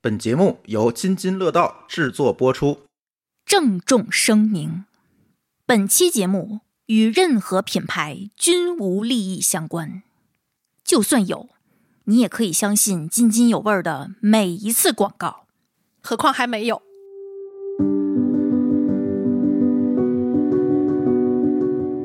本节目由津津乐道制作播出。郑重声明，本期节目与任何品牌均无利益相关。就算有，你也可以相信津津有味儿的每一次广告。何况还没有。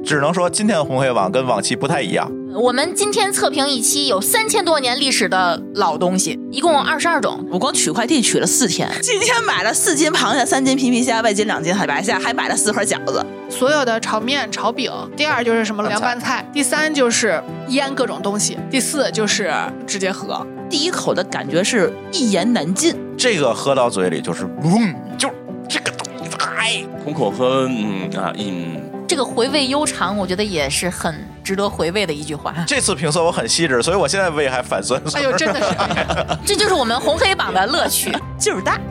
只能说今天的红黑网跟往期不太一样。我们今天测评一期有三千多年历史的老东西，一共二十二种。我光取快递取了四天，今天买了四斤螃蟹、三斤皮皮虾、外斤、两斤海白虾，还买了四盒饺子。所有的炒面、炒饼，第二就是什么凉拌菜，第三就是腌各种东西，第四就是直接喝。第一口的感觉是一言难尽，这个喝到嘴里就是，嗯，就是这个东西，哎，空口喝，嗯啊，嗯，这个回味悠长，我觉得也是很值得回味的一句话。这次评测我很细致，所以我现在胃还反酸哎酸。呦，真的是， 这就是我们红黑榜的乐趣。，劲儿大。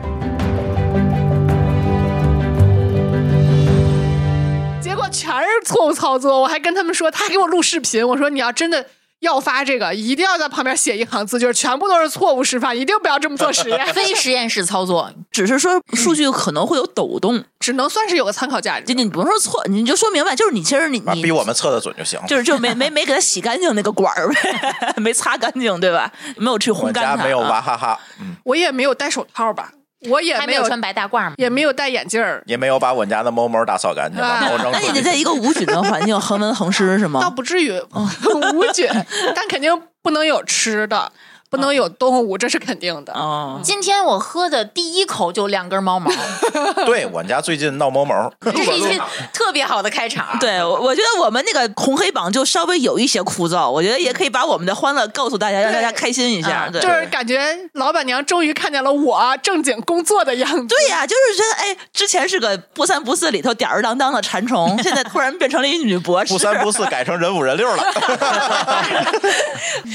结果全是错误操作。我还跟他们说，他还给我录视频，我说你要真的。要发这个，一定要在旁边写一行字，就是全部都是错误示范，一定不要这么做实 验非实验室操作，只是说数据可能会有抖动，只能算是有个参考价值就。你不用说错，你就说明白，就是你其实你啊你比我们测的准就行。就是就没没没给它洗干净那个管儿呗， 没擦干净对吧？没有去我烘们干它家啊。没有娃哈哈，我也没有戴手套吧，我也还没没有穿白大褂吗？也没有戴眼镜儿，也没有把我们家的猫猫打扫干净，啊把猫扔那你出得去。在一个无菌的环境恒温恒湿 是倒吗？不至 于无菌，但肯定不能有吃的，不能有动物，这是肯定的。哦，今天我喝的第一口就两根猫 毛，对我们家最近闹猫毛，这是一句特别好的开 场。啊对，我我觉得我们那个红黑榜就稍微有一些枯燥，我觉得也可以把我们的欢乐告诉大家，让大家开心一下。嗯对，就是感觉老板娘终于看见了我正经工作的样子。对呀、就是觉得哎，之前是个不三不四里头吊儿郎当的馋虫，现在突然变成了一女博 士，不三不四改成人五人六了。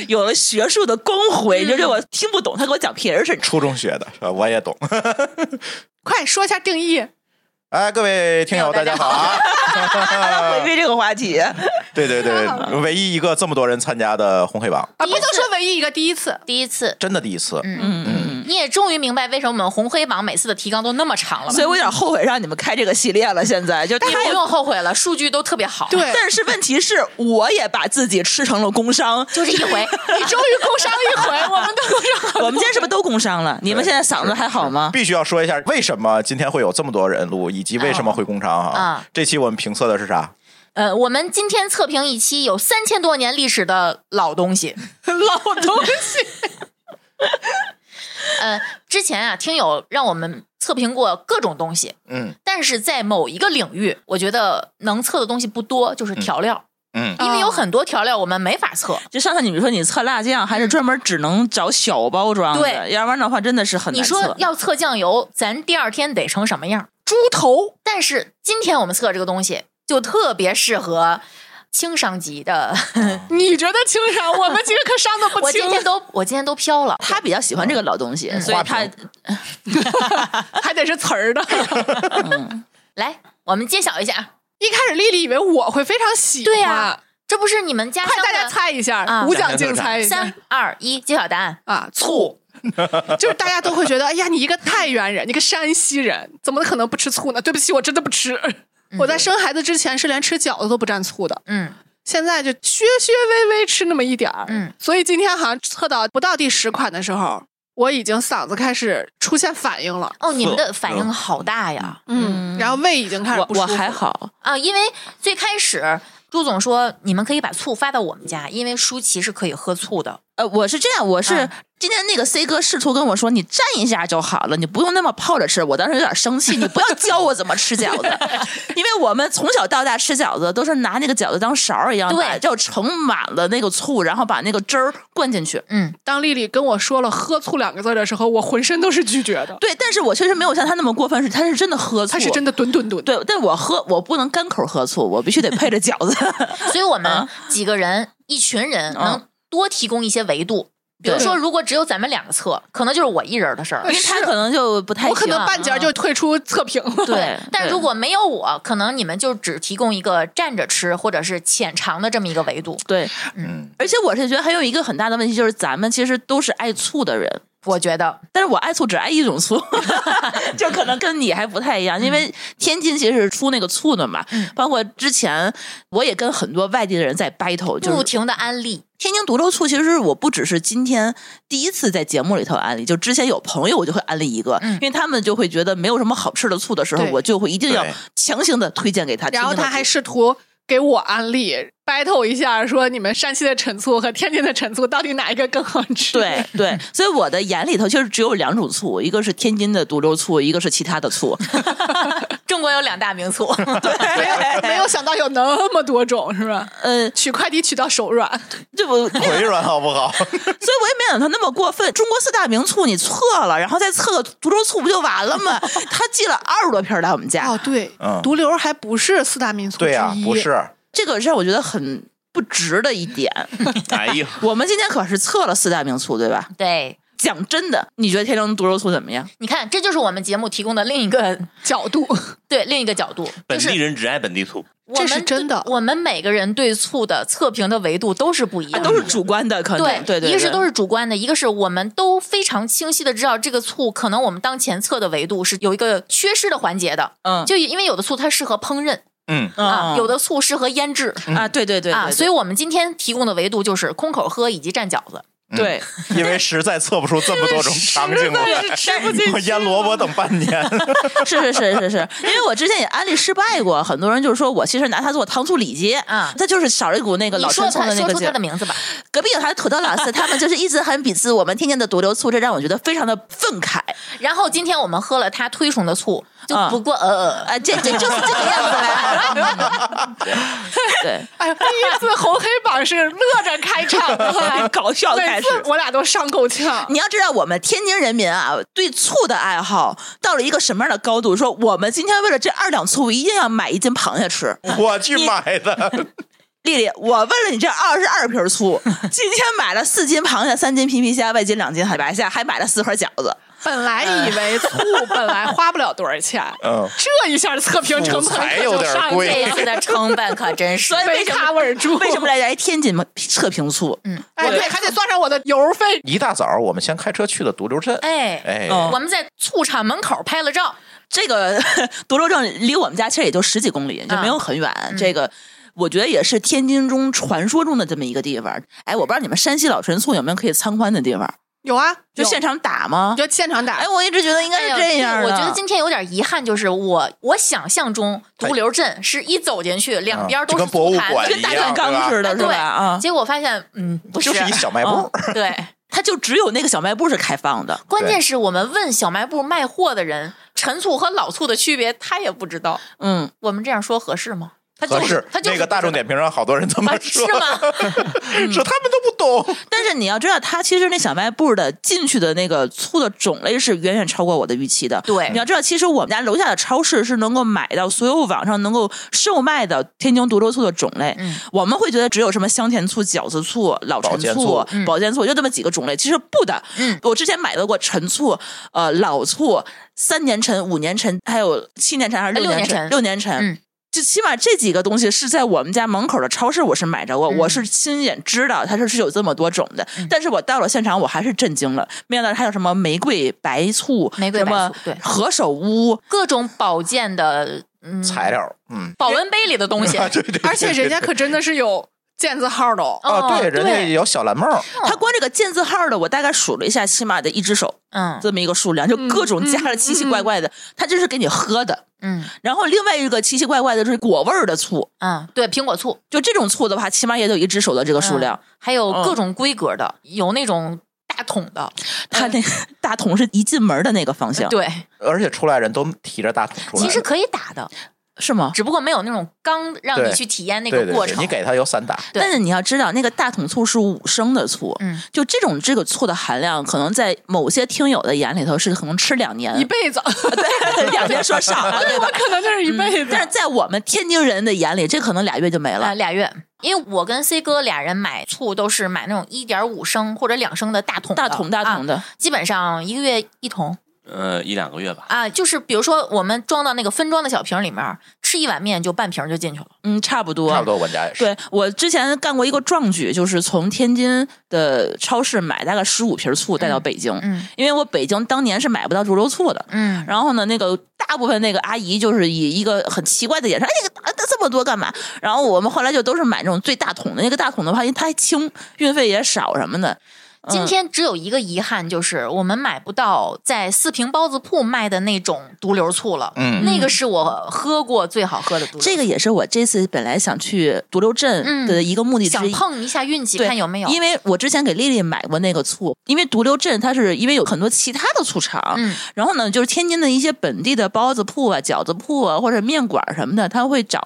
有了学术的光辉。就是我听不懂他给我讲皮儿似的。初中学的是吧？我也懂。快说一下定义，哎，各位听友，大家好啊！回避这个话题，对对对，唯一一个这么多人参加的红黑榜，啊，不就说唯一一个第 一次，第一次，真的第一次。嗯嗯你也终于明白为什么我们红黑榜每次的提纲都那么长了嗯，吧所以我有点后悔让你们开这个系列了。现在就但太是不用后悔了，数据都特别好。对但是问题是，我也把自己吃成了工伤。就这一回， 你终于工伤一回，我们都工伤。我们今天是不是都工伤了？你们现在嗓子还好啊吗？必须要说一下，为什么今天会有这么多人录，以及为什么会工厂哈、啊这期我们评测的是 啥？呃，我们今天测评一期有三千多年历史的老东西。老东西，呃，之前啊，听友让我们测评过各种东西，嗯但是在某一个领域，我觉得能测的东西不多，就是调料，嗯，因为有很多调料我们没法测。就上次你们说你测辣酱，还是专门只能找小包装的，嗯对要不然的话真的是很你难测。说要测酱油，咱第二天得成什么样？猪头但是今天我们测这个东西就特别适合轻伤级的。你觉得轻伤，我们其实可伤的不我今轻，天都我今天都飘了，他比较喜欢这个老东嗯西，所以他还得是词儿的。来，我们揭晓一下， 啊一开始丽丽以为我会非常喜欢，对呀这不是你们家乡快的大家猜一下，啊无奖竞猜一下。三二一，揭晓答案。啊，醋，就是大家都会觉得，哎呀，你一个太原人，你个山西人，怎么可能不吃醋呢？对不起，我真的不吃。我在生孩子之前是连吃饺子都不蘸醋的，嗯，现在就削削微微吃那么一点儿。嗯，所以今天好像测到不到第十款的时候，我已经嗓子开始出现反应了，哦，你们的反应好大呀！嗯，然后胃已经开始我不舒我服还好，啊，因为最开始朱总说你们可以把醋发到我们家，因为舒淇是可以喝醋的。呃，我是这样，我是、嗯今天那个 C 哥试图跟我说，你蘸一下就好了，你不用那么泡着吃。我当时有点生气，你不要教我怎么吃饺子， 因为我们从小到大吃饺子都是拿那个饺子当勺儿一样对打，就盛满了那个醋，然后把那个汁儿灌进去。嗯，当丽丽跟我说了“喝醋”两个字的时候，我浑身都是拒绝的。对，但是我确实没有像他那么过分，是他是真的喝醋，她是真的吨吨吨，对，但我喝我不能干口喝醋，我必须得配 着饺子。所以我们几个人、一群人能多提供一些维度。比如对说，如果只有咱们两个测，可能就是我一人的事儿因。为他可能就不太我可行啊嗯能半截儿就退出测评了。对，但对如果没有我，可能你们就只提供一个站着吃或者是浅尝的这么一个维度。对，嗯，而且我是觉得还有一个很大的问题，就是咱们其实都是爱醋的人，我觉得但是我爱醋只爱一种醋， 就可能跟你还不太一样，因嗯为天津其实是出那个醋的嘛。包括之前我也跟很多外地的人在 battle，就不是停的安利，天津独州醋，其实我不只是今天第一次在节目里头安利，就之前有朋友我就会安利一个，嗯因为他们就会觉得没有什么好吃的醋的时候，对我就会一定要对强行的推荐给他。 然后天津的他醋还试图给我安利 battle 一下，说你们山西的陈醋和天津的陈醋到底哪一个更好吃？对对，所以我的眼里头其实只有两种醋，一个是天津的独州醋，一个是其他的 醋。中国有两大名 醋， 没有，没有想到有那么多种，是吧？呃，取快递取到手软，这不腿软好不 好？所以我也没想到他那么过分。中国四大名醋你测了，然后再测个独州醋不就完了 吗？他寄了二十多瓶儿来我们家，哦，对，嗯毒瘤还不是四大民族对呀、之一不是，这个让我觉得很不值的一点。哎呀，我们今天可是测了四大名醋，对吧？对，讲真的，你觉得天津独州醋怎么样？你看，这就是我们节目提供的另一个角 度，对另一个角度，本就地是人只爱本地醋，我们这是真的对我们每个人对醋的测评的维度都是不一啊，样的，都是主观的，可能嗯对对对，一个是都是是主观的，一个是我们都非常清晰的知道这个醋可能我们当前测的维度是有一个缺失的环节的，嗯就因为有的醋它适合烹饪、嗯，啊，嗯有的醋适合腌制。啊，对对对啊，所以以我们今天提供的维度就是空口喝以及蘸饺子。对。嗯因为实在测不出这么多 种场景来，我腌萝卜等半年。 是是是是是，因为我之前也安利失败过，很多人就是说我其实拿它做糖醋里脊，啊它就是少了一股那个你老说传统它的那说个出劲它儿的。名字吧，隔壁有台土豆老 师，他们就是一直很鄙视我们天津的毒瘤醋，这让我觉得非常的 愤慨。然后今天我们喝了它推崇的醋，就啊不过呃呃，啊，这这就是这个样子了。 对，，哎，第一次红黑榜是乐着开场 的搞笑开每始嗯次我俩都上够呛。你要知道，我们天津人民啊，对醋的爱好到了一个什么样的高度？说我们今天为了这二两醋，一定要买一斤螃蟹吃。我去买的，丽丽，我为了你这二十二瓶 醋，今天买了四斤螃蟹、三斤皮皮虾、外斤两斤海白虾，还买了四盒饺子。本来以为 醋本来花不了多少钱，嗯，这一下测评 成醋本才可有就点上去贵这一了次的成本可真是所以没为什么 cover 住。为什么来来天津测评醋？嗯，哎，对，还得算上我的油费。一大早我们先开车去的独流镇，哎，哎，哦我们在醋厂门口拍了照，这个 独州镇离我们家其实也就十几公里，就啊没嗯有很远。这个我觉得也是天津中传说中的这么一个地方。哎，我不知道你们山西老陈醋有没有可以参观的地方？有啊，就有现场打吗你？就现场打哎，。我一直觉得应该哎是呀这样啊对的。我觉得今天有点遗憾，就是我我想象中毒瘤镇是一走进去，两边嗯就都是跟博物醋坛馆子跟哎一大样染缸似的，是对吧？啊， 结果发现，嗯，不是就是一小卖部哦， 对。它就只有那个小卖部是开放的。关键是我们问小卖部卖货的人，陈醋和老醋的区别，他也不知道。嗯，我们这样说合适吗？他就合适他。就是那个大众点评上好多人这不么知说，道啊，是吗？说他们都不懂。但是你要知道，它其实那小卖部的进去的那个醋的种类是远远超过我的预期的。对你要知道，其实我们家楼下的超市是能够买到所有网上能够售卖的天津独州醋的种类。嗯我们会觉得只有什么香甜醋、饺子醋、老陈保健醋醋、嗯保健醋，就这么几个种类。其实不的，嗯，我之前买到过陈醋、呃老醋、三年陈、五年陈，还有七年陈还是呃六六年陈陈？六年陈，嗯就起码这几个东西是在我们家门口的超市，我是买着过，嗯我是亲眼知道它是是有这么多种的。但是我到了现场，我还是震惊了，没想到还有什么玫瑰白醋、玫瑰白醋什对哦么何首乌，各种保健的，嗯，材料，嗯，保温杯里的东西，对对，而且人家可真的是有键字号的哦。哦啊，对，人家有小蓝帽，它光这个见字号的，我大概数了一下，起码得一只手嗯这么一个数量，就各种加了嗯奇奇怪怪的，它就是给你喝的。嗯然后另外一个奇奇怪怪的就是果味儿的醋，嗯，对，苹果醋就这种醋的话，起码也得有一只手的这个数量。还有嗯各种规格的，有那种大桶的，它那个大桶是一进门的那个方向，，嗯对，而且出来人都提着大桶出来其的。实可以打的，是吗？只不过没有那种刚让你对去体验那对个对过对，程。你给他有散打，对但是你要知道，那个大桶醋是五升的醋，嗯，就这种这个醋的含量，可能在某些听友的眼里头是可能吃两年，一辈子， 对，两年说少了， 对吧？可能就是一辈子。嗯但是在我们天津人的眼里，这可能俩月就没呃，了。俩月，因为我跟 C 哥俩人买醋都是买那种一点五升或者两升的大桶的，大桶大啊桶的，基本上一个月一桶。呃，一两个月吧。啊，就是比如说我们装到那个分装的小瓶里面，吃一碗面就半瓶就进去了。嗯，差不多，差不多我们家也是。对我之前干过一个壮举，就是从天津的超市买大概十五瓶醋带到北京，嗯因为我北京当年是买不到猪肉醋的。嗯，然后呢，那个大部分那个阿姨就是以一个很奇怪的眼神，哎，这个大这么多干嘛？然后我们后来就都是买那种最大桶的，那个大桶的话，因为它还轻，运费也少什么的。嗯今天只有一个遗憾，就是我们买不到在四平包子铺卖的那种独流醋了。嗯那个是我喝过最好喝的独流醋。这个也是我这次本来想去独流镇的一个目的之嗯想一。碰一下运气，对看有没有。因为我之前给丽丽买过那个醋，因为独流镇它是因为有很多其他的醋厂，嗯然后呢，就是天津的一些本地的包子铺啊、饺子铺啊，或者面馆儿什么的，他会找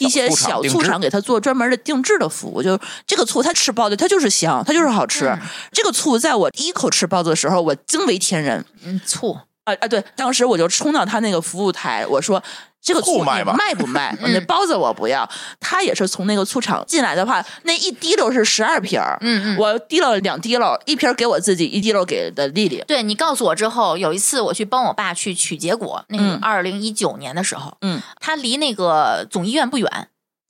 一些小小醋厂醋定厂制给他做专门的定制的服务。就是这个醋，它吃包子，它就是香，它就是好吃。这个醋在我第一口吃包子的时候，我惊为天人。嗯，醋啊啊！对，当时我就冲到他那个服务台，我说：“这个醋醋卖你吧卖不卖？嗯那包子我不要。”他也是从那个醋厂进来的话，那一滴溜是十二瓶儿嗯嗯我滴溜两滴溜，一瓶儿给我自己，一滴溜给的丽丽。对你告诉我之后，有一次我去帮我爸去取结果，那个嗯二零一九年的时候，嗯，他离那个总医院不远，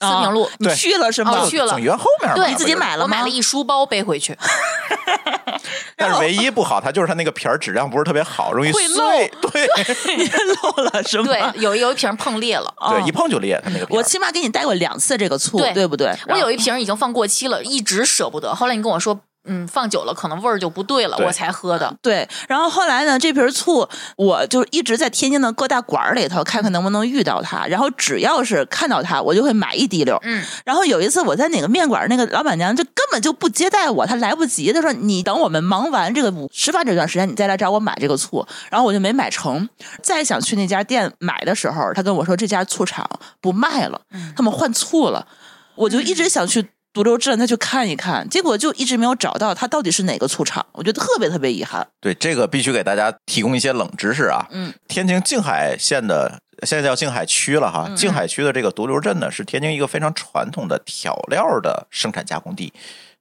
四平路，你对去了是吗？啊哦我去了总园后面嘛对你自己不就是买了吗我买了一书包背回 去，然但后是唯一不好，它就是它那个瓶儿质量不是特别好，容易会漏碎。 对漏了 是吗？对，有有一瓶碰裂了。哦对，一碰就裂，它那个瓶我儿。起码给你带过两次这个醋，对不对？我然后有一瓶已经放过期了，一直舍不得。后来你跟我说，嗯，放久了可能味儿就不对了，对我才喝的。对，然后后来呢，这瓶醋我就一直在天津的各大馆儿里头看看能不能遇到它，然后只要是看到它，我就会买一滴溜。嗯，然后有一次我在哪个面馆儿，那个老板娘就根本就不接待我，她来不及，她说你等我们忙完这个午吃饭这段时间，你再来找我买这个醋。然后我就没买成，再想去那家店买的时候，她跟我说这家醋厂不卖了，他们换醋了。我就一直想去独流镇再去看一看，结果就一直没有找到它到底是哪个醋厂，我觉得特别特别遗憾。对，这个必须给大家提供一些冷知识啊。嗯，天津静海县的现在叫静海区了哈，静海区的这个独流镇呢，是天津一个非常传统的调料的生产加工地，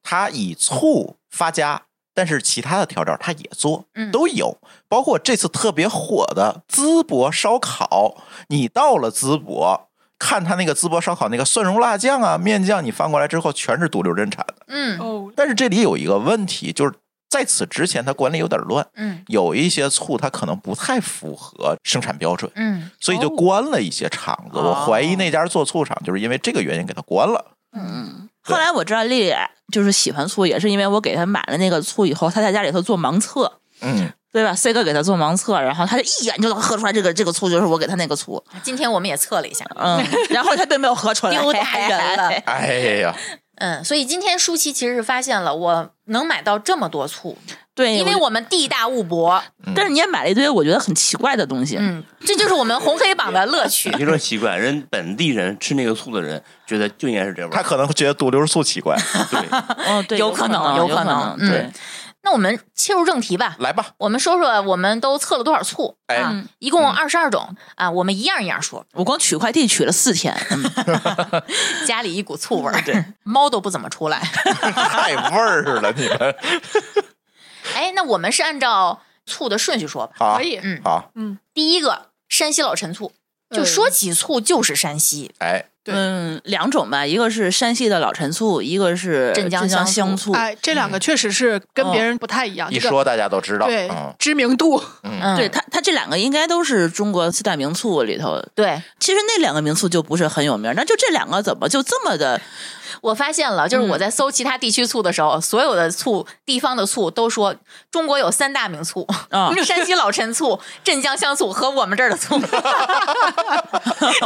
它以醋发家。但是其他的调料它也做，嗯都有，包括这次特别火的淄博烧烤。你到了淄博，看它那个淄博烧烤那个蒜蓉辣酱啊、面酱，你翻过来之后全是独流镇产的。嗯哦，但是这里有一个问题，就是在此之前它管理有点乱，嗯有一些醋它可能不太符合生产标准，嗯，所以就哦关了一些厂子。哦我怀疑那家做醋厂就是因为这个原因给它关了。后来我知道丽丽就是喜欢醋，也是因为我给她买了那个醋以后，她在家里头做盲测，嗯，对吧？C 哥给她做盲测，然后她就一眼就能喝出来这个这个醋就是我给她那个醋，今天我们也测了一下， 嗯，然后她并没有喝出来，丢大人了。哎呀，嗯，所以今天舒淇其实是发现了我能买到这么多醋， 对，因为我们地大物博，但是你也买了一堆我觉得很奇怪的东西，嗯，这就是我们红黑榜的乐趣 你。就说奇怪，人本地人吃那个醋的人，觉得就应该是这味他儿。可能觉得独流醋奇 怪。对，哦，对，有有可能能，有有可能能，嗯对，那我们切入正题吧，来吧，我们说说我们都测了多少醋哎嗯啊？一共二十二种啊，我们一样一样说，我光取快递取了四天，嗯家里一股醋味儿，猫都不怎么出来。 哎太味儿了，你 们哎，那我们是按照醋的顺序说吧。好可以，嗯，好，第一个山西老陈醋，就嗯说起醋就是山西，哎，对嗯，两种吧，一个是山西的老陈醋，一个是镇江江香香醋，哎，这两个确实是嗯跟别人不太一样。一这个说大家都知道，对嗯，知名度，嗯，对它它这两个应该都是中国四大名醋里头对，其实那两个名宿就不是很有名，那就这两个怎么就这么的？我发现了，就是我在搜其他地区醋的时候，所有的醋地方的醋都说中国有三大名醋：啊山西老陈醋、镇江香醋和我们这儿的醋。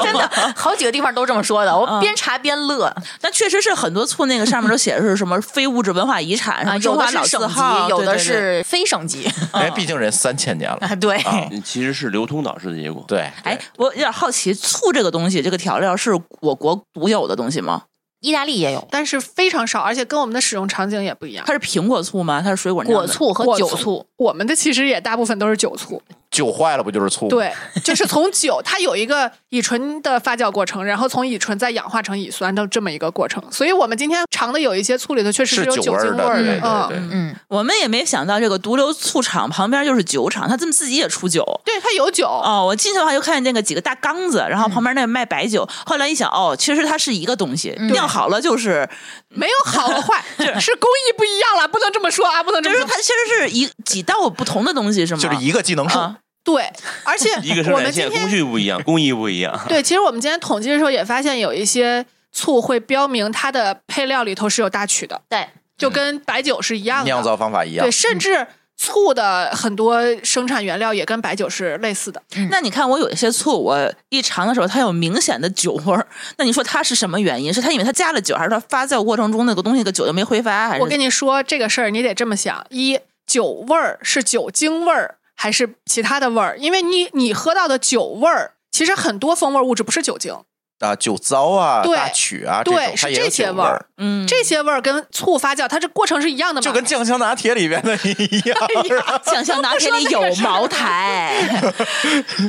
真的，好几个地方都这么说的，我边查边乐。那确实是很多醋那个上面都写的是什么非物质文化遗产，什啊，么有中的华是老字省级号，，有的对对对是非省级。嗯人家哎毕竟人三千年了，啊，对，其实是流通导致的结果。对，哎，我有点好奇，醋这个东西，这个调料是我国独有的东西吗？意大利也有但是非常少，而且跟我们的使用场景也不一样。它是苹果醋吗？它是水果酿的果醋和果酒醋我们的其实也大部分都是酒醋，酒坏了不就是醋？，对，就是从酒，它有一个乙醇的发酵过程，然后从乙醇再氧化成乙酸的这么一个过程。所以我们今天尝的有一些醋里头确实是有酒酒味精儿的，味对的，对嗯。对。嗯，我们也没想到这个毒瘤醋厂旁边就是酒厂，他这么自己也出酒。对，它有酒，哦，我进去的话就看见那个几个大缸子，然后旁边那卖白酒。后来一想，哦，其实它是一个东西，酿好了就是，没有好和 坏，是工艺不一样了，不能这么说啊，不能这就么是说它。其实是一几道不同的东西，是吗？就是一个技能树，啊，嗯对，而 且一个生我产们今线工天序不一样，工艺不一样。对，其实我们今天统计的时候也发现有一些醋会标明它的配料里头是有大曲的，对，就跟白酒是一样的。酿造方法一样嗯对，，甚至醋的很多生产原料也跟白酒是类似的。那你看，我有一些醋，我一尝的时候，它有明显的酒味儿。那你说它是什么原因？是它因为它加了酒，还是它发酵过程中那个东西那个酒就没挥发？还是我跟你说这个事儿，你得这么想：一，酒味儿是酒精味儿还是其他的味儿？因为你你喝到的酒味儿，其实很多风味物质不是酒精，啊，酒糟啊，对大曲啊，对这种是它也有这些酒味儿儿，嗯，这些味儿跟醋发酵，它这过程是一样的嘛？就跟酱香拿铁里边的一 哎样。酱香拿铁里有茅台，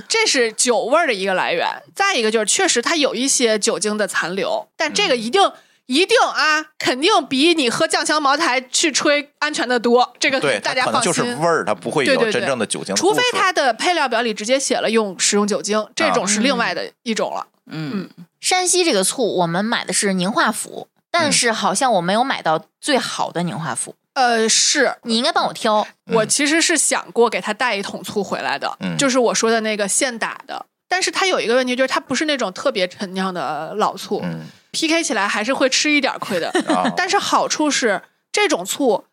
这是酒味儿的一个来源。再一个就是，确实它有一些酒精的残留，但这个嗯一定、一定啊，肯定比你喝酱香茅台去吹安全的多。这 个对，它大家可能放心。就是味儿，它不会对对有对真正的酒精的除非度数它的配料表里直接写了用食用酒精，这种是嗯另外的一种了。嗯，山西这个醋我们买的是宁化府，嗯但是好像我没有买到最好的宁化府，呃，是你应该帮我挑。我其实是想过给他带一桶醋回来的，嗯就是我说的那个现打的。但是它有一个问题，就是它不是那种特别陈酿的老醋、嗯 p k 起来还是会吃一点亏的。 啊，但是好处是，这种醋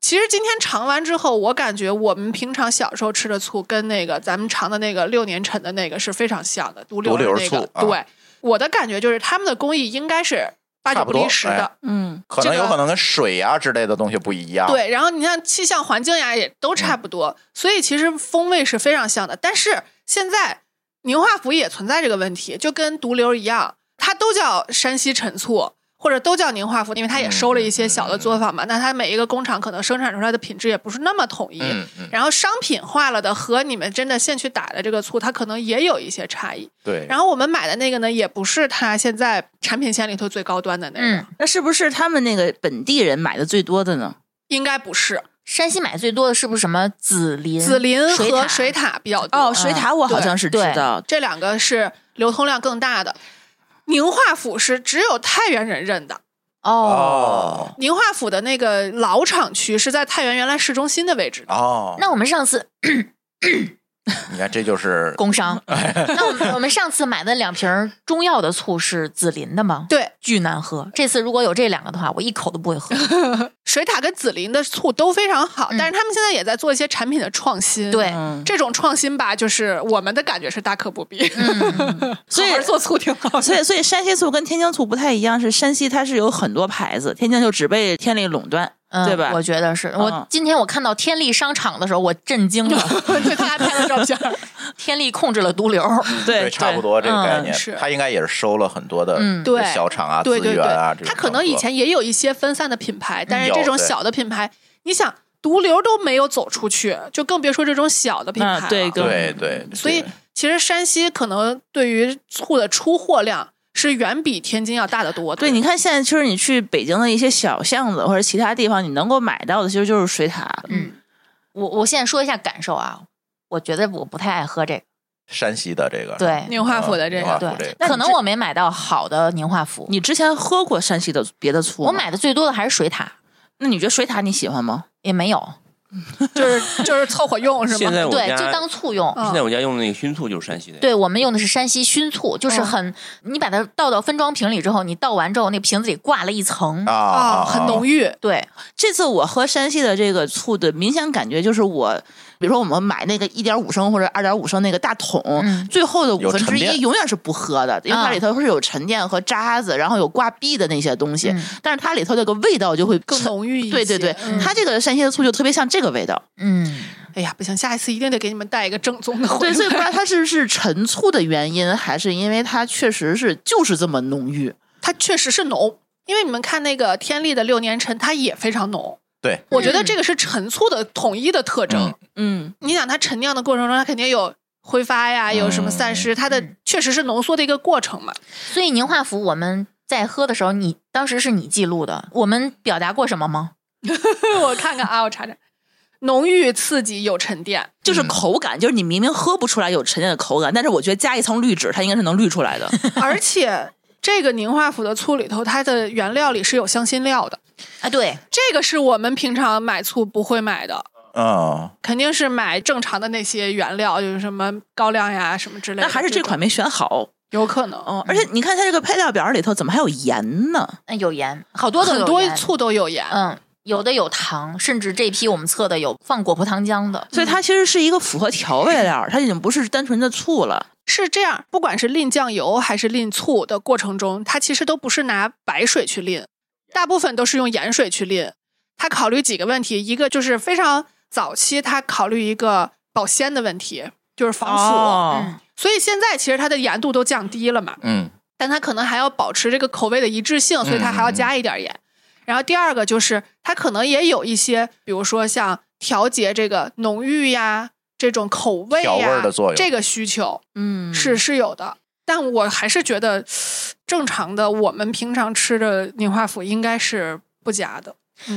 其实今天尝完之后，我感觉我们平常小时候吃的醋跟那个咱们尝的那个六年陈的那个是非常像的，毒瘤的毒瘤那个醋。啊对，我的感觉就是他们的工艺应该是八差九不不多哎离十的。嗯，可能这个有可能跟水啊之类的东西不一样。，对，然后你看气象环境呀，也都差不多，所以其实风味是非常像的。但是现在宁化府也存在这个问题，就跟毒瘤一样，它都叫山西陈醋，或者都叫宁化府，因为它也收了一些小的作坊嘛。那它每一个工厂可能生产出来的品质也不是那么统一。嗯嗯，然后商品化了的和你们真的现去打的这个醋，它可能也有一些差异。对。然后我们买的那个呢，也不是它现在产品线里头最高端的那个，嗯， 那是不是他们那个本地人买的最多的呢？应该不是。山西买最多的是不是什么紫林？紫林水和塔水塔比较多。嗯哦，水塔我好像是知对道，这两个是流通量更大的。宁化府是只有太原人认的。哦。哦宁化府的那个老厂区是在太原原来市中心的位置。哦，那我们上 次你看这就是工商，那我们我们上次买的两瓶中药的醋是紫林的吗？对，巨难喝。这次如果有这两个的话，我一口都不会 喝。水塔跟紫林的醋都非常好，嗯但是他们现在也在做一些产品的创新。对嗯，这种创新吧，就是我们的感觉是大可不必。嗯 所以好好做醋挺好的。所以，所以山西醋跟天津醋不太一样，是山西它是有很多牌子，天津就只被天利垄断，嗯，对吧我？觉得是我嗯今天我看到天利商场的时候，我震惊了， 对，大家拍了照片儿，天利控制了毒瘤。对，对，差不。多这个概念嗯是，它应该也是收了很多的嗯对小厂啊、资 对对源对啊，这，种它可能整合以前也有一些分散的品牌，但是有这种对小的品牌，你想毒瘤都没有走出去，就更别说这种小的品牌那了。嗯对，更对对，对所以其实山西可能对于醋的出货量是远比天津要大得多的。对，你看现在其实你去北京的一些小巷子或者其他地方，你能够买到的其实就是水塔。嗯，我我现在说一下感受啊，我觉得我不太爱喝这个，山西的这个对宁化府的这这个，这个对，那你可能这我没买到好的宁化府，你之前喝过山西的别的醋吗？我买的最多的还是水塔，那你觉得水塔你喜欢吗？也没有，就是就是凑合用是现吗？啊在我对，家就当醋用。哦嗯现在我家用的那个熏醋就是山西的，，对我们用的是山西熏醋，就是哦嗯很，你把它倒到分装瓶里之后，你倒完之后，那瓶子里挂了一层，啊啊，很浓郁，郁，对，这次我喝山西的这个醋的明显感觉就是我，比如说我们买那个一点五升或者二点五升那个大桶，嗯最后的五有分沉之淀一永远是不喝的，因为它啊里头是有沉淀和渣子，然后有挂壁的那些东西，嗯但是它里头那个味道就会更沉。浓郁一些。对对对，嗯它这个山西的醋就特别像这个味道，嗯，哎呀，不行，下一次一定得给你们带一个正宗的回 对，来。所以不知道它是不是陈醋的原因，还是因为它确实是就是这么浓郁。它确实是浓，因为你们看那个天利的六年陈，它也非常浓。对，我觉得这个是陈醋的统一的特征。嗯嗯，你想它陈酿的过程中，它肯定有挥发呀，有什么散失，它的确实是浓缩的一个过程嘛。所以宁化府我们在喝的时候，你当时是你记录的，我们表达过什么吗？ 我看看啊，我查查，浓郁刺激有沉淀，就是口感，就是你明明喝不出来有陈年的口感，但是我觉得加一层滤纸，它应该是能滤出来的。而且这个宁化府的醋里头，它的原料里是有香辛料的，啊，对，这个是我们平常买醋不会买的。嗯，肯定是买正常的那些原料，就是什么高粱呀什么之类的。那还是这款没选好有可能，哦，而且你看它这个配料表里头怎么还有盐呢？嗯有盐，好多都很有多盐醋都有盐。嗯，有的有糖，甚至这批我们测的有放果葡糖浆的，所以它其实是一个符合调味料，它已经不是单纯的醋了。是这样，不管是淋酱油还是淋醋的过程中，它其实都不是拿白水去淋，大部分都是用盐水去淋。它考虑几个问题，一个就是非常早期，它考虑一个保鲜的问题，就是防腐。嗯哦，所以现在其实它的盐度都降低了嘛，嗯，但它可能还要保持这个口味的一致性，所以它还要加一点盐。然后第二个就是它可能也有一些，比如说像调节这个浓郁呀、这种口味调味呀儿的作用这个需求嗯，是是有的。但我还是觉得正常的，我们平常吃的宁化府应该是不加的。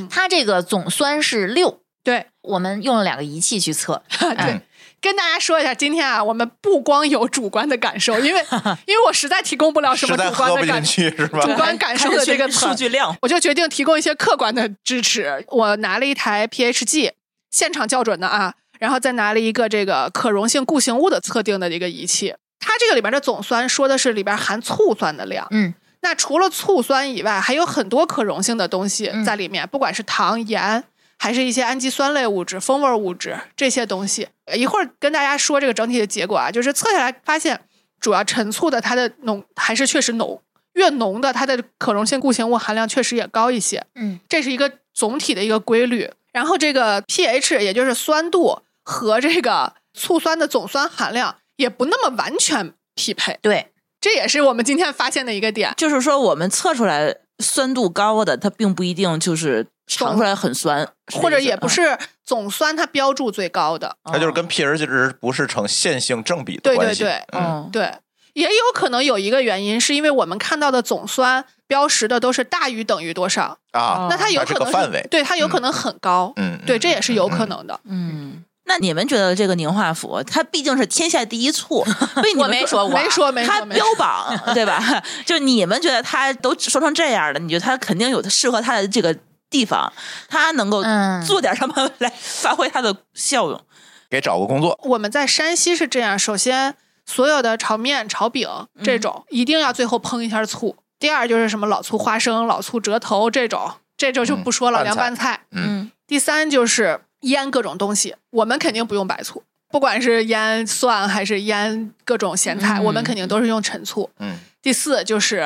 它这个总酸是六，对，我们用了两个仪器去测，对，跟大家说一下，今天啊，我们不光有主观的感受，因为因为我实在提供不了什么实在主观喝的不进感受。去是吧？主观感受的这个看词数据量，我就决定提供一些客观的支持。我拿了一台 PHG 现场校准的啊，然后再拿了一个这个可溶性固形物的测定的一个仪器。它这个里边的总酸说的是里边含醋酸的量，嗯，那除了醋酸以外，还有很多可溶性的东西在里面，不管是糖、盐，还是一些氨基酸类物质、风味物质这些东西。呃一会儿跟大家说这个整体的结果啊，就是测下来发现，主要陈醋的它的浓还是确实浓，越浓的它的可溶性固形物含量确实也高一些。嗯，这是一个总体的一个规律。然后这个 pH 也就是酸度和这个醋酸的总酸含量也不那么完全匹配，对，这也是我们今天发现的一个点。就是说我们测出来酸度高的，它并不一定就是尝出来很酸，或者嗯也不这嗯是总酸它标注最高的，个意思，它就是跟 pH 值不是成线性正比的哦对关对系。对嗯，嗯，对，也有可能有一个原因是因为我们看到的总酸标识的都是大于等于多少，啊，那它有它是可个能范围对它有可能很高，嗯，嗯对，这也是有可。嗯嗯能的。嗯。那你们觉得这个宁化府，它毕竟是天下第一 醋，被你我们没说过啊，没说没它说没标说，榜对 吧？就你们觉得它都说成这样了，你觉得它肯定有它适合它的这个地方，它能够嗯做点什么来发挥它的效用？给找个工作，我们在山西是这样，首先所有的炒面、炒饼嗯这种、一定要最后烹一下醋，第二就是什么老醋花生、老醋折头这种，这种就嗯不说了，拌凉菜拌菜。嗯第三就是腌各种东西，我们肯定不用白醋，不管是腌蒜还是腌各种咸菜，嗯我们肯定都是用陈醋。嗯，第四就是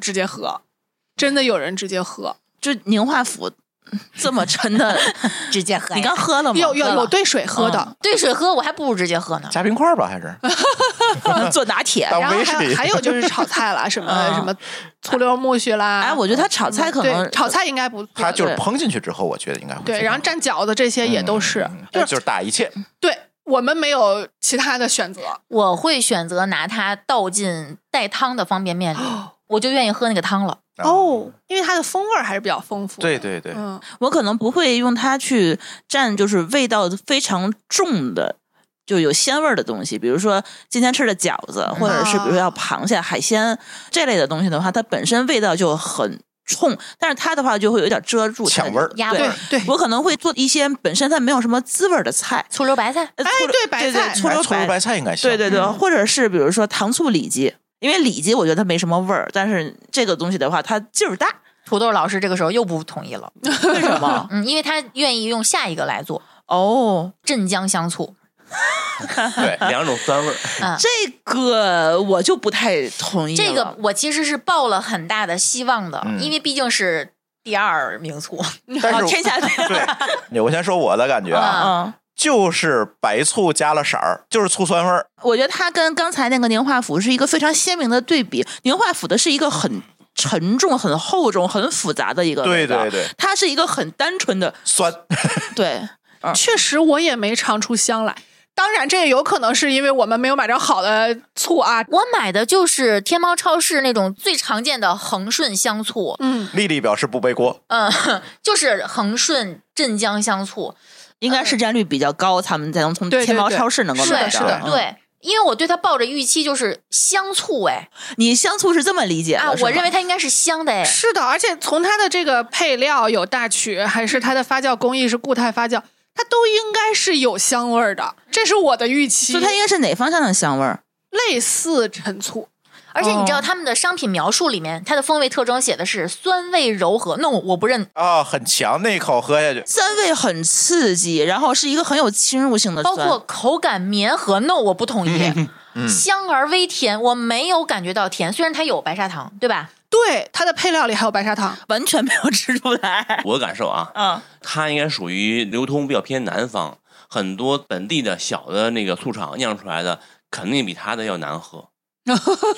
直接喝，真的有人直接喝，就宁化府这么沉的， 直接喝呀。你刚喝了吗？有有喝有了兑水喝的，兑水喝，我还不如直接喝呢。加冰块吧，还是做拿铁。当然后威还有士还有就是炒菜啦，什么嗯什么醋溜木须啦，哎，我觉得它炒菜可能对炒菜应该不错，它就是对烹进去之后，我觉得应该会对，然后蘸饺子这些也都是，嗯就就是是打一切，对我们没有其他的选啊择，我会选择拿它倒进带汤的方便面里，我就愿意喝那个汤了。哦，因为它的风味儿还是比较丰富，对，对对，嗯，我可能不会用它去蘸，就是味道非常重的。就有鲜味儿的东西，比如说今天吃的饺子，或者是比啊如说要螃蟹、海鲜这类的东西的话，它本身味道就很冲，但是它的话就会有点遮住它的抢味儿鸭味对儿，对我可能会做一些本身它没有什么滋味儿的菜，醋溜白菜，哎哎对白菜醋溜醋溜白菜应该行。对对对，嗯或者是比如说糖醋里脊，因为里脊我觉得它没什么味儿，但是这个东西的话，它劲儿大，土豆老师这个时候又不同意了。？为什么 嗯，因为他愿意用下一个来做哦，镇江香醋。 对，两种酸味儿，嗯，这个我就不太同意了这个我其实是抱了很大的希望的，嗯因为毕竟是第二名醋。但啊是天下对，我先说我的感觉啊， 嗯，就是白醋加了色儿，就是醋酸味儿，我觉得它跟刚才那个宁化府是一个非常鲜明的对比。宁化府的是一个很沉重、很厚重、很复杂的一个对味道对对，它是一个很单纯的酸， 对。确实我也没尝出香来。当然，这也有可能是因为我们没有买着好的醋啊。我买的就是天猫超市那种最常见的恒顺香醋，嗯，丽丽表示不背锅，嗯，就是恒顺镇江香醋，应该市占率比较高，他们才能从对对天猫对超市能够是买到。的，的是的嗯对。因为我对它抱着预期就是香醋哎你香醋是这么理解的啊，是吗我认为它应该是香的哎，是的，而且从它的这个配料有大曲，还是它的发酵工艺是固态发酵，它都应该是有香味儿的，这是我的预期。就它应该是哪方向的香味儿？类似陈醋，而且你知道哦他们的商品描述里面，它的风味特征写的是酸味柔和，no 我不认，啊，很强，那一口喝下去，酸味很刺激，然后是一个很有侵入性的包酸，嗯括口感绵和，no 我不同意，香而微甜，我没有感觉到甜，虽然它有白砂糖，对吧？对，它的配料里还有白砂糖。完全没有吃出来。我的感受啊，嗯，它应该属于流通比较偏南方，很多本地的小的那个醋厂酿出来的，肯定比它的要 难喝，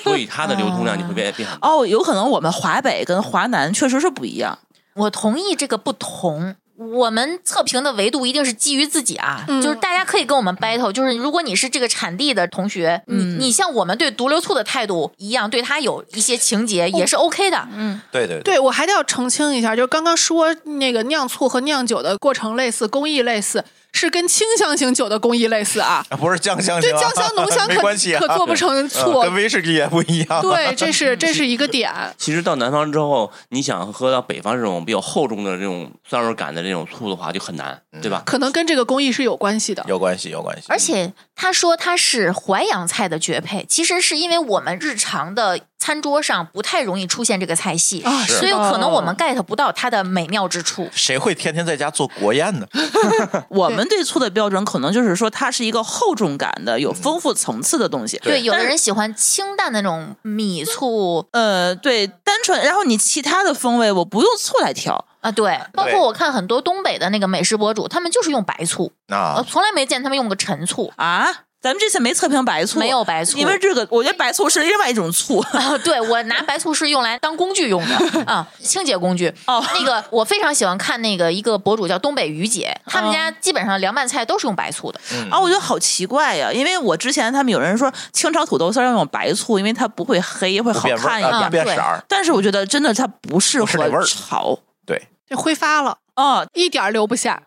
所以它的流通量就会啊变变很大。哦，有可能我们华北跟华南确实是不一样。我同意这个不同。我们测评的维度一定是基于自己啊，嗯就是大家可以跟我们 battle，就是如果你是这个产地的同学，嗯你你像我们对毒瘤醋的态度一样，对它有一些情节也是 OK 的。对对，对我还得要澄清一下，就刚刚说那个酿醋和酿酒的过程类似，工艺类似，是跟清香型酒的工艺类似啊。啊不是酱香对型啊，酱香浓香 没可关系啊，可做不成嗯醋，跟威士忌也不一样，对，这是这是一个点。其实到南方之后，你想喝到北方这种比较厚重的这种酸味感的这种醋的话，就很难，嗯对吧？可能跟这个工艺是有关系的，有关系有关系，而且他说它是淮扬菜的绝配，其实是因为我们日常的餐桌上不太容易出现这个菜系，啊是所以可能我们哦 get 不到它的美妙之处。谁会天天在家做国宴呢？嗯我们对醋的标准可能就是说它是一个厚重感的、有丰富层次的东西。嗯对有的但是人喜欢清淡的那种米醋呃，对，单纯，然后你其他的风味我不用醋来调，啊，对，包括我看很多东北的那个美食博主，他们就是用白醋，我哦啊，从来没见他们用过陈醋，啊，咱们这次没测评白醋，没有白醋，因为这个我觉得白醋是另外一种醋。 嗯啊，对我拿白醋是用来当工具用的啊，清洁工具。哦那个我非常喜欢看那个一个博主叫东北于姐，他们家基本上凉拌菜都是用白醋的。啊，我觉得好奇怪呀、因为我之前他们有人说清炒土豆丝儿要用白醋，因为它不会黑，会不好变味看一儿，啊点。不变对色儿，但是我觉得真的它不适不是那味合儿炒。对这挥发了，哦，一点儿留不下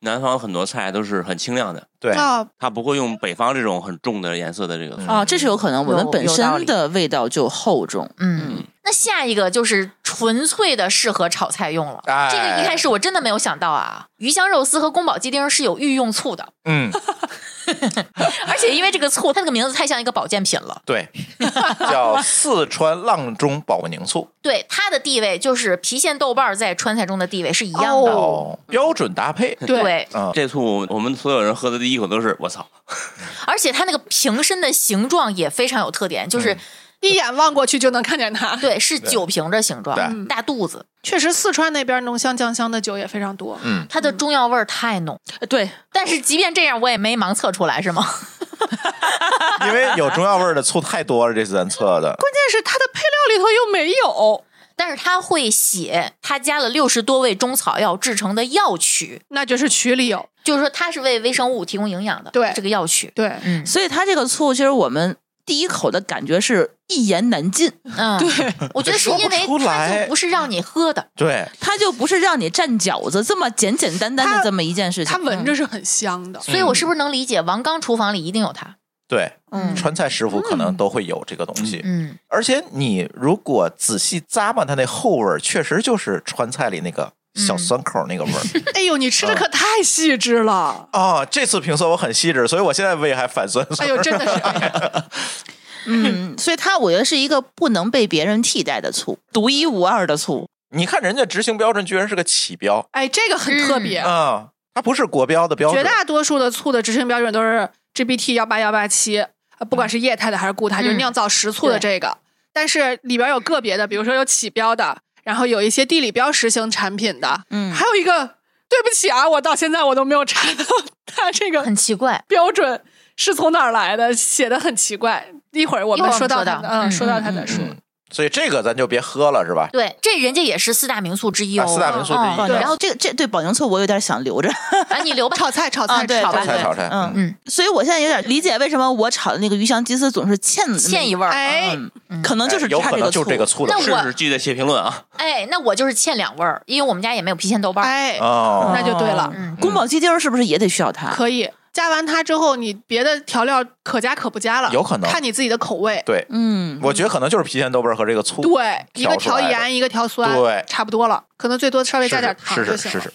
南方很多菜都是很清亮的，对，啊。它不会用北方这种很重的颜色的这个醋。嗯啊，这是有可能，我们有本有道理身的味道就厚重。嗯，那下一个就是纯粹的适合炒菜用了。哎这个一开始我真的没有想到啊，鱼香肉丝和宫保鸡丁是有御用醋的，嗯，而且因为这个醋，它那个名字太像一个保健品了。对，叫四川阆中保宁醋，对，它的地位就是郫县豆瓣儿在川菜中的地位是一样的。哦，标准搭配，对对，嗯，这醋我们所有人喝的第一口都是我操，而且它那个瓶身的形状也非常有特点，就是嗯一眼望过去就能看见它。对，是酒瓶的形状，对嗯大肚子，确实，四川那边浓香酱香的酒也非常多。它嗯的中药味儿太浓。呃对，但是即便这样，我也没盲测出来，是吗？ 因为有中药味儿的醋太多了，这次咱测的，关键是它的配料里头又没有，但是它会写，它加了六十多味中草药制成的药曲，那就是曲里有。就是说它是为微生物提供营养的。对这个药曲，对，嗯所以它这个醋其实我们第一口的感觉是一言难尽，嗯， 对，我觉得是因为说不出它来就不是让你喝的，对，它就不是让你蘸饺子这么简简单单它的这么一件事情。它闻嗯着是很香的。所以我嗯是不是能理解王刚厨房里一定有它？对，嗯川菜师傅可能都会有这个东西，嗯，而且你如果仔细咂摸它那后味儿，确实就是川菜里那个小酸口那个味儿。哎呦，你吃的可太细致了！啊，这次评测我很细致，所以我现在胃还反酸哎酸。呦，真的是， 哎呀嗯， 所以它我觉得是一个不能被别人替代的醋，独一无二的醋。你看人家执行标准居然是个起标哎，这个很特别。啊，它不是国标的标绝准，大多数的醋的执行标准都是 GBT 幺八幺八七，呃嗯不管是液态的还是固态，就是嗯酿造食醋的这个。但是里边有个别的，比如说有起标的，然后有一些地理标识型产品的，嗯还有一个，对不起啊，我到现在我都没有查到它这嗯个很奇怪。标准是从哪儿来的，写的很奇怪。一会儿我一会儿们我们说到说它到嗯，嗯说到它再嗯说。嗯，所以这个咱就别喝了，是吧？对，这人家也是四大名宿之一啊哦。四大名宿之一哦对，然后这个这对保宁醋我有点想留着，啊，你留吧。炒菜炒菜啊对炒炒吧菜炒菜炒菜，嗯嗯嗯，所以我现在有点理解为什么我炒的那个鱼香鸡丝总是欠欠一味，味儿。哎，嗯可能就是有差可能就是这个醋醋。的那事试我试记得写评论啊，哎，那我就是欠两味儿，因为我们家也没有郫县豆瓣儿。哎，哦，那就对了嗯宫保鸡丁是不是也得需要啊它？可以。加完它之后，你别的调料可加可不加了，有可能看你自己的口味。对，嗯，我觉得可能就是郫县豆瓣儿和这个醋，对，一个调出来调的盐，一个调酸，对差不多了。可能最多稍微是加点糖是就是行是了。是，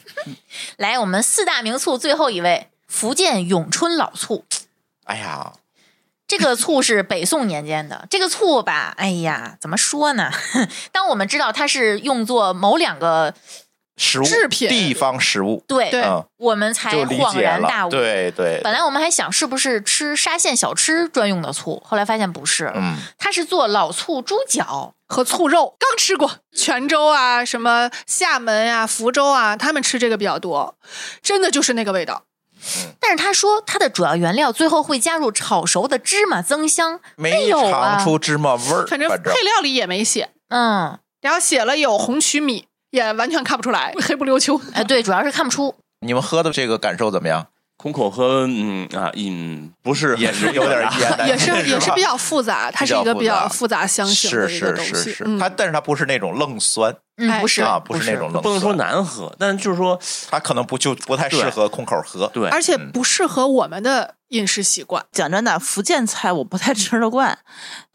来，我们四大名醋最后一位，福建永春老醋。哎呀，这个醋是北宋年间的，这个醋吧，哎呀，怎么说呢？ 当我们知道它是用作某两个食物制品地方食物，对，对嗯，我们才就理恍解然了大悟。对对，本来我们还想是不是吃沙县小吃专用的醋，后来发现不是，嗯，它是做老醋猪脚。和醋肉，刚吃过泉州啊，什么厦门啊、福州啊，他们吃这个比较多，真的就是那个味道。但是他说它的主要原料最后会加入炒熟的芝麻增香，没有啊尝出芝麻味儿，反反正配料里也没写，嗯，然后写了有红曲米，也完全看不出来，黑不 溜秋。哎，对，主要是看不出。你们喝的这个感受怎么样？空口喝嗯啊嗯不是也是有点啊烟的，也是也是吧比较复杂，它是一个比比较较复杂复杂相性是的一个是东西。是是，嗯它但是它不是那种愣酸嗯，哎不是，啊，不不是那种不能愣说酸，难喝，但就是说它可能不就不太适对合空口喝。对，而且嗯不适合我们的饮食习惯。讲真的，福建菜我不太吃得惯，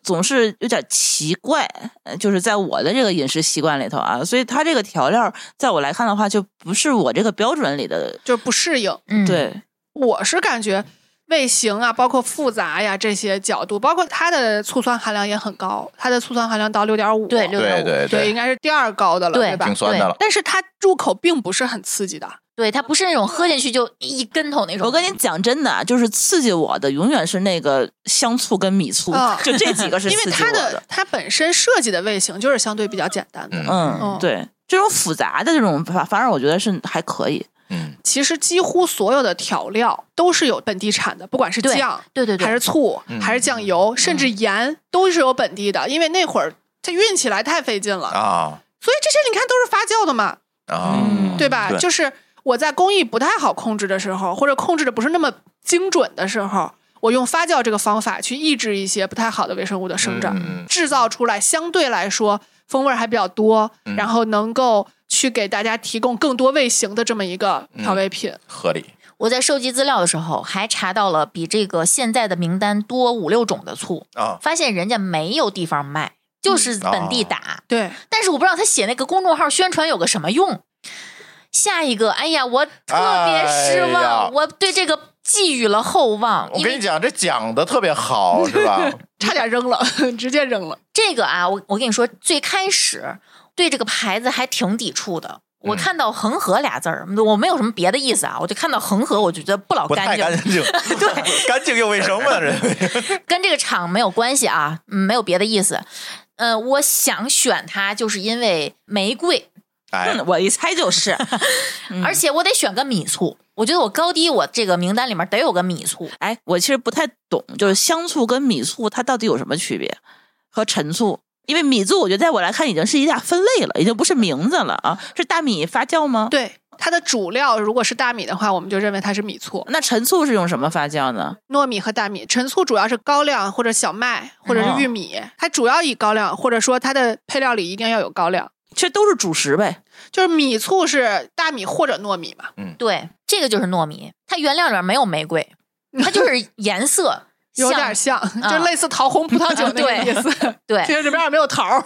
总是有点奇怪，呃就是在我的这个饮食习惯里头啊，所以它这个调料在我来看的话，就不是我这个标准里的。就是不适应。嗯，对，我是感觉味型啊，包括复杂呀这些角度，包括它的醋酸含量也很高，它的醋酸含量到六点五，对对， 6.5对对应，该是第二高的了，对对吧挺？酸的了。但是它入口并不是很刺激的，对，它不是那种喝进去就一跟头那种。我跟你讲真的啊，就是刺激我的永远是那个香醋跟米醋，啊就这几个是因为刺激它我的它本身设计的味型就是相对比较简单的。嗯嗯嗯，对，这种复杂的这种反反而我觉得是还可以。嗯，其实几乎所有的调料都是有本地产的，不管是对酱对对对，还是醋嗯还是酱油，甚至盐都是有本地的，因为那会儿它运起来太费劲了，啊所以这些你看都是发酵的嘛。啊，嗯对吧？对就是我在工艺不太好控制的时候，或者控制的不是那么精准的时候，我用发酵这个方法去抑制一些不太好的微生物的生长，嗯嗯制造出来相对来说风味儿还比较多，嗯然后能够去给大家提供更多味型的这么一个调味品。合理。我在收集资料的时候还查到了比这个现在的名单多五六种的醋，啊，发现人家没有地方卖，就是本地打。对，但是我不知道他写那个公众号宣传有个什么用。下一个，哎呀，我特别失哎望，呀我对这个寄予了厚望，我因跟为你讲，这讲的特别好，是吧？差点扔了， 直接扔了。这个啊，我我跟你说，最开始对这个牌子还挺抵触的。我嗯看到“恒河”俩字儿，我没有什么别的意思啊，我就看到“恒河”，我就觉得不老不太干净，干净，对， 干净又卫生嘛，人。跟这个厂没有关系啊，嗯没有别的意思。呃，我想选它，就是因为玫瑰，哎，我一猜就是，而且我得选个米醋。我觉得我高低我这个名单里面得有个米醋。哎，我其实不太懂，就是香醋跟米醋它到底有什么区别？和陈醋，因为米醋我觉得在我来看已经是一大分类了，已经不是名字了啊，是大米发酵吗？，对，它的主料如果是大米的话，我们就认为它是米醋；那陈醋是用什么发酵呢？糯米和大米，陈醋主要是高粱或者小麦或者嗯是玉米，它主要以高粱，或者说它的配料里一定要有高粱。其实都是主食呗。就是米醋是大米或者糯米嘛，对，这个就是糯米，它原料里面没有玫瑰，它就是颜色 有点像嗯像，就类似桃红葡 萄酒那个意思。其对，实里边也没有桃儿，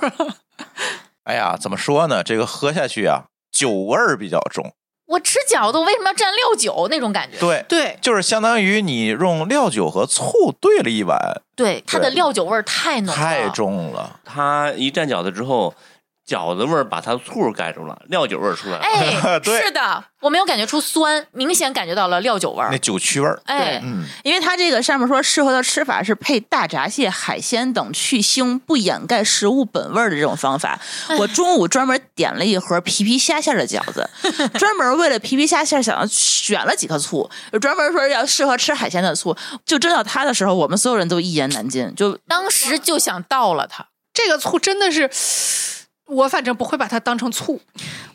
哎呀，怎么说呢？这个喝下去啊，酒味儿比较重。我吃饺子我为什么要蘸料酒那种感觉？对， 对，就是相当于你用料酒和醋兑了一碗，对，它的对料酒味儿太浓了，太重了。它一蘸饺子之后，饺子味儿把它醋盖住了，料酒味儿出来了。哎，对是的，我没有感觉出酸，明显感觉到了料酒味那儿。酒曲味儿，哎，嗯，因为它这个上面说适合的吃法是配大闸蟹、海鲜等去腥不掩盖食物本味儿的这种方法。我中午专门点了一盒皮皮虾馅儿的饺子，专门为了皮皮虾馅儿想要选了几颗醋，就专门说要适合吃海鲜的醋。就真到它的时候，我们所有人都一言难尽，就当时就想到了它。这个醋真的是，我反正不会把它当成醋。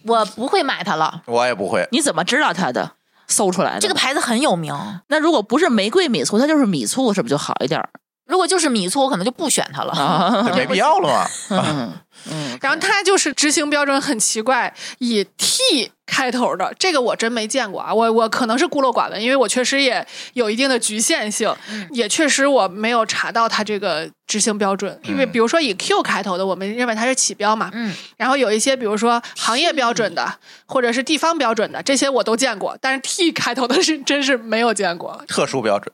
我不会买它了。我也不 会。你怎么知道它的？搜出来的这个牌子很有名，那如果不是玫瑰米醋，它就是米醋，是不是就好一点儿如果就是米醋，我可能就不选它了。啊？ 这没必要了嘛，嗯嗯，然后它就是执行标准很奇怪，以 T 开头的，这个我真没见过啊，我我可能是孤陋寡闻，因为我确实也有一定的局限性，也确实我没有查到它这个执行标准，因为比如说以 Q 开头的，我们认为它是起标嘛，嗯，然后有一些比如说行业标准的或者是地方标准的，这些我都见过，但是 T 开头的是真是没有见过，特殊标准。